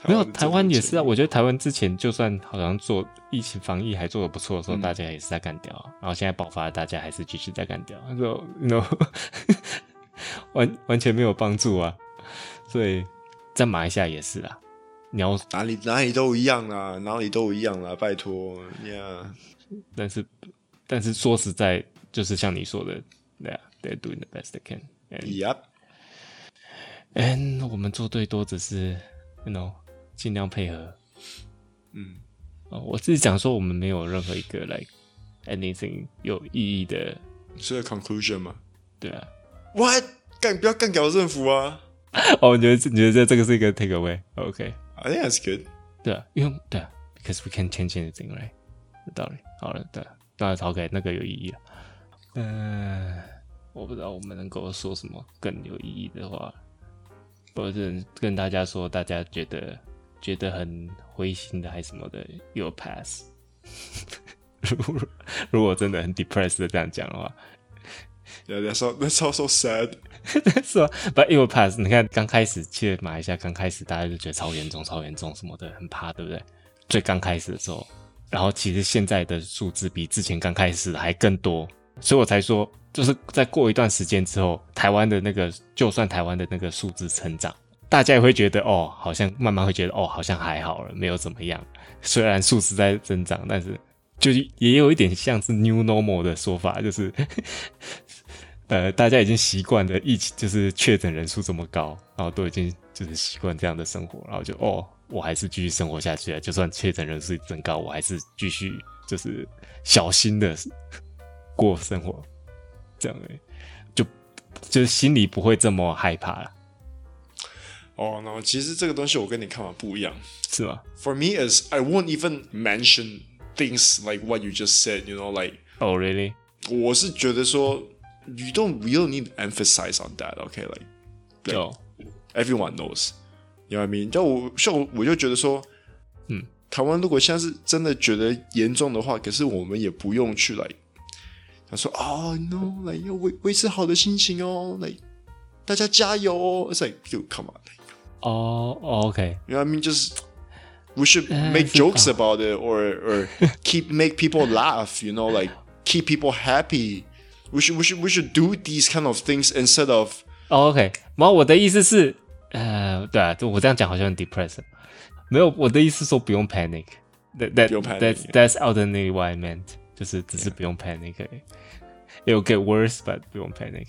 B: 没有台湾也是啊，我觉得台湾之前就算好像做疫情防疫还做的不错的时
A: 嗯
B: 候，大家也是在干掉啊，然后现在爆发了，大家还是继续在干掉啊，
A: 嗯
B: 就 no 完完全没有帮助啊。所以在马来西亚也是啊，你要
A: 哪里哪里都一样啦，哪里都一样啦，拜托，Yeah，
B: 但是但是说实在，就是像你说的，对啊，they're doing the best they can。
A: yep，
B: 嗯，我们做最多只是，you know，尽量配合。
A: 嗯
B: 哦，我自己讲说，我们没有任何一个 like anything 有意义的，
A: 所以 conclusion 嘛
B: 对啊。
A: ，What 干不要干搞政府啊
B: 哦，你觉得这你觉得这这个是一个 take away？OK，、
A: ，I think that's good。
B: 对啊，因为对啊，because we can change anything，right？有道理。好了，对、啊，当然 OK，那个有意义了。嗯、我不知道我们能够说什么更有意义的话，或者跟大家说，大家觉得觉得很灰心的还是什么的，you pass。如果如果真的很 depressed 的这样讲的话，
A: Yeah, that's all, that's also sad.
B: 是吧？But you pass，你看刚开始去马来西亚，刚开始大家就觉得超严重、超严重什么的，很怕，对不对？最刚开始的时候，然后其实现在的数字比之前刚开始还更多，所以我才说，就是在过一段时间之后，台湾的那个，就算台湾的那个数字成长，大家也会觉得哦，好像慢慢会觉得哦，好像还好了，没有怎么样。虽然数字在增长，但是就是也有一点像是 new normal 的说法，就是呃，大家已经习惯了疫情，就是确诊人数这么高，然后都已经就是习惯这样的生活，然后就哦，我还是继续生活下去啊，就算确诊人数增高，我还是继续就是小心的 过生活，这样而已就就是心里不会这么害怕了，
A: 哦，那 Oh, 其实这个东西我跟你看法不一样。
B: 是吗？
A: For me is I won't even mention things like what you just said. You know, like
B: 哦、r e a l l y
A: 我是觉得说 you don't really need to emphasize on that. Okay, like 对
B: 有
A: everyone knows. You know what I mean? 但我像我我就觉得说，
B: 嗯，
A: 台湾如果现在是真的觉得严重的话，可是我们也不用去来，他说哦 no，来要维维持好的心情哦，来大家加油哦，It's like dude, come on.
B: 哦、o k
A: You know what I mean? Just we should
B: Uh,
A: make
B: it's a
A: jokes
B: thought.
A: about it or or keep make people laugh. You know, like keep people happy. We should we should we should do these kind of things instead of
B: o 哦 OK，然后我的意思是，呃，对啊，就我这样讲好像很 depressed，没有，我的意思说不用 panic。That that
A: 不用 panic
B: that's that's ultimately what I meant，就是只是不用 panic 而已。It'll get worse, but 不用 panic。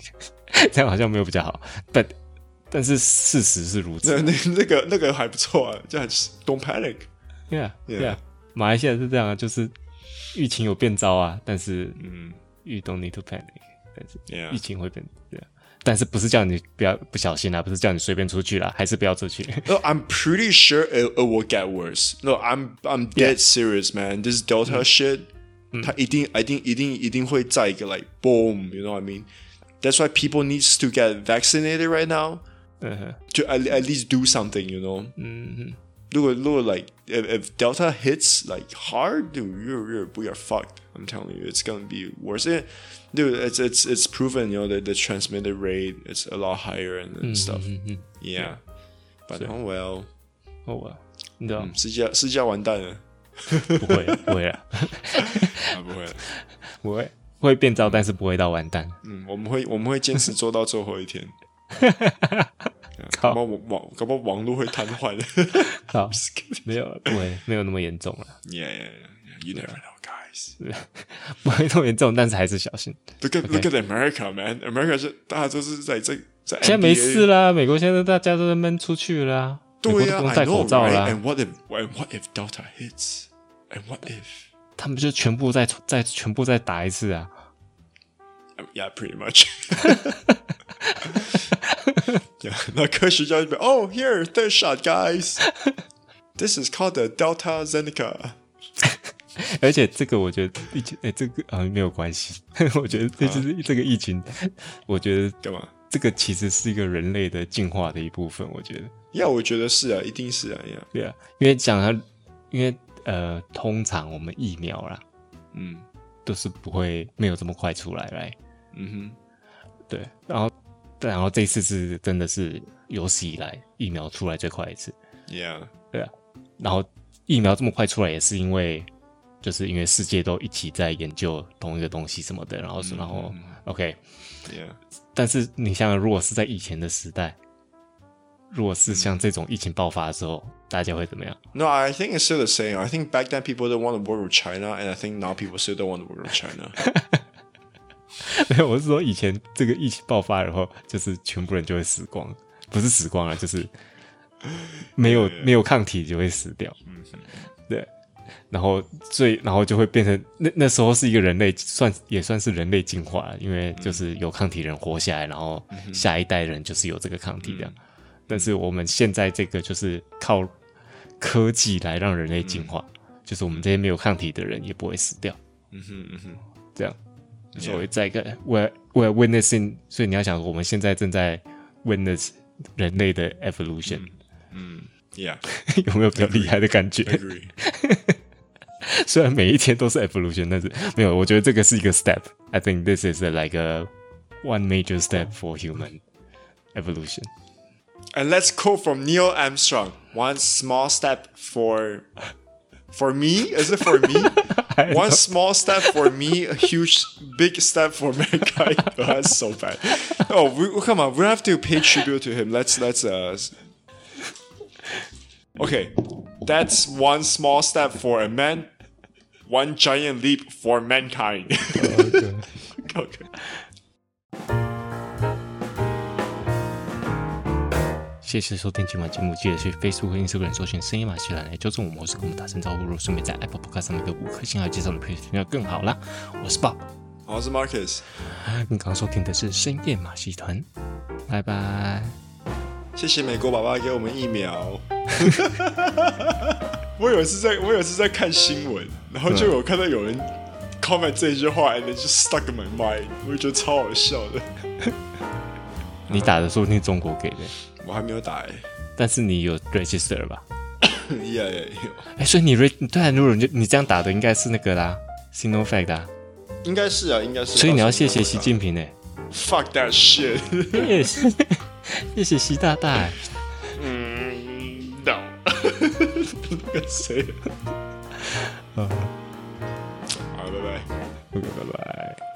B: 这 样好像没有比较好，but 但是事实是如此
A: 那。那那个那个还不错啊，这样 just don't panic.
B: Yeah,
A: Yeah.
B: yeah. 马来西亚是这样啊，就是疫情有变糟啊，但是
A: 嗯
B: you don't need to panic，但是疫
A: ，Yeah，
B: 情会变对啊。但是不是叫你不要不小心啊？不是叫你随便出去啦，还是不要出去。
A: No, I'm pretty sure it, it will get worse. No, I'm I'm dead serious, man. This Delta shit, 它一定一定一定一定会再一个 like boom. You know what I mean? That's why people needs to get vaccinated right now
B: 嗯哼
A: to at, at least do something. You know?
B: 嗯哼，
A: 如果如果 like if, if Delta hits like hard, dude, you're, you're we are fucked. I'm telling you, it's gonna be worse. It, dude, it's it's it's proven. You know that the transmitted rate is a lot higher and, and stuff. Yeah, but oh well.
B: 哦哇，你知道
A: 世界世界完蛋了，
B: 不会啊不会啊，
A: 啊不会了，
B: 不会会变糟，但是不会到完蛋。
A: 嗯，我们会我们会坚持做到最后一 天。搞
B: 靠
A: 不好网网搞不好网络会瘫痪。
B: 好，没有不会没有那么严重了，
A: yeah, yeah, yeah, you never know, guys.
B: 不会那么严重，但是还是小心。
A: Look at look at America, man. America 是大家都是在在在
B: 现在没
A: NBA
B: 事啦，美国现在大家都在闷出去啦，美国
A: 对
B: 都
A: 呀
B: 不用
A: ，I
B: 戴
A: know,
B: 口罩啊
A: right?
B: 啦，
A: And what if and what if Delta hits? And what if?
B: 他们就全部再再全部再打一次啊。
A: Um, Yeah, pretty much. yeah, 那科学家就被 Oh, here, third shot, guys. This is called the Delta Zeneca.
B: 而且这个我觉得疫情，哎、这个好像没有关系。 我觉得这
A: 啊
B: 就是这个疫情，我觉得
A: 干嘛？
B: 这个其实是一个人类的进化的一部分。我觉得，
A: 呀，我觉得是啊，一定是啊呀。
B: 对啊，因为讲它，因为呃，通常我们疫苗啦，
A: 嗯
B: 都是不会没有这么快出来来。
A: 嗯
B: 对，然后，然后这一次是真的是有史以来疫苗出来最快一次。
A: 哼，Yeah，
B: 对啊，然后疫苗这么快出来，也是因为就是因为世界都一起在研究同一个东西什么的，然后是、然后 OK，
A: Yeah，
B: 但是你想想，如果是在以前的时代，如果是像这种疫情爆发的时候，大家会怎么样？
A: No, I think it's still the same. I think back then people don't want to work with China, and I think now people still don't want to work with China.
B: 没有，我是说以前这个疫情爆发以后，就是全部人就会死光，不是死光了，啊就是没有没有抗体就会死掉。
A: 嗯
B: 对，然后最然后就会变成那那时候是一个人类算也算是人类进化了，因为
A: 嗯
B: 就是有抗体人活下来，然后下一代人就是有这个抗体的。
A: 嗯
B: 但是我们现在这个就是靠科技来让人类进化，就是我们这些没有抗体的人也不会死掉。
A: 嗯哼嗯哼
B: 这样，所以在一个 we're we're witnessing，所以你要想，我们现在正在 witness 人类的 evolution，、
A: ，Yeah,
B: 有没有比较厉害的感觉？
A: agree.
B: 虽然每一天都是 evolution，但是没有，我觉得这个是一个 step。I think this is a, like a one major step for human evolution。
A: And let's quote from Neil Armstrong: "One small step for." For me, is it for me? One small step for me, a huge, big step for mankind. Oh, that's so bad. Oh, we, come on, we have to pay tribute to him. Let's let's uh, Okay, that's one small step for a man, one giant leap for mankind. okay.
B: 谢谢收听今晚节目，记得去 Facebook 和 Instagram 搜寻“深夜马戏团”来纠正我们，或是跟我们打声招呼。如果顺便在 Apple Podcast 上面给五颗星，还有介绍我们的朋友圈，那更好啦。我是 Bob。
A: How's Marcus?
B: 你刚刚收听的是深夜马戏团，拜拜。
A: 谢谢美国爸爸给我们疫苗。 我有一次在，我有一次在看新闻，然后就有看到有人 comment 这一句话，and it just stuck in my mind，我就觉得超好笑的。
B: 你打的说不定中国给的，
A: 我还没有打哎、
B: 但是你有 register 吧？
A: 欸，呀呀呀，
B: 哎，所以你 re 对啊，如果你你这样打的应该是那个啦，Sinovac 的啊、
A: 应该是啊，应该是。
B: 所以你要谢谢习近平哎、
A: Fuck that shit
B: 也是 谢谢习大大、哎
A: 嗯。No，那个
B: 哦
A: 谁，好，拜拜。
B: OK，拜拜。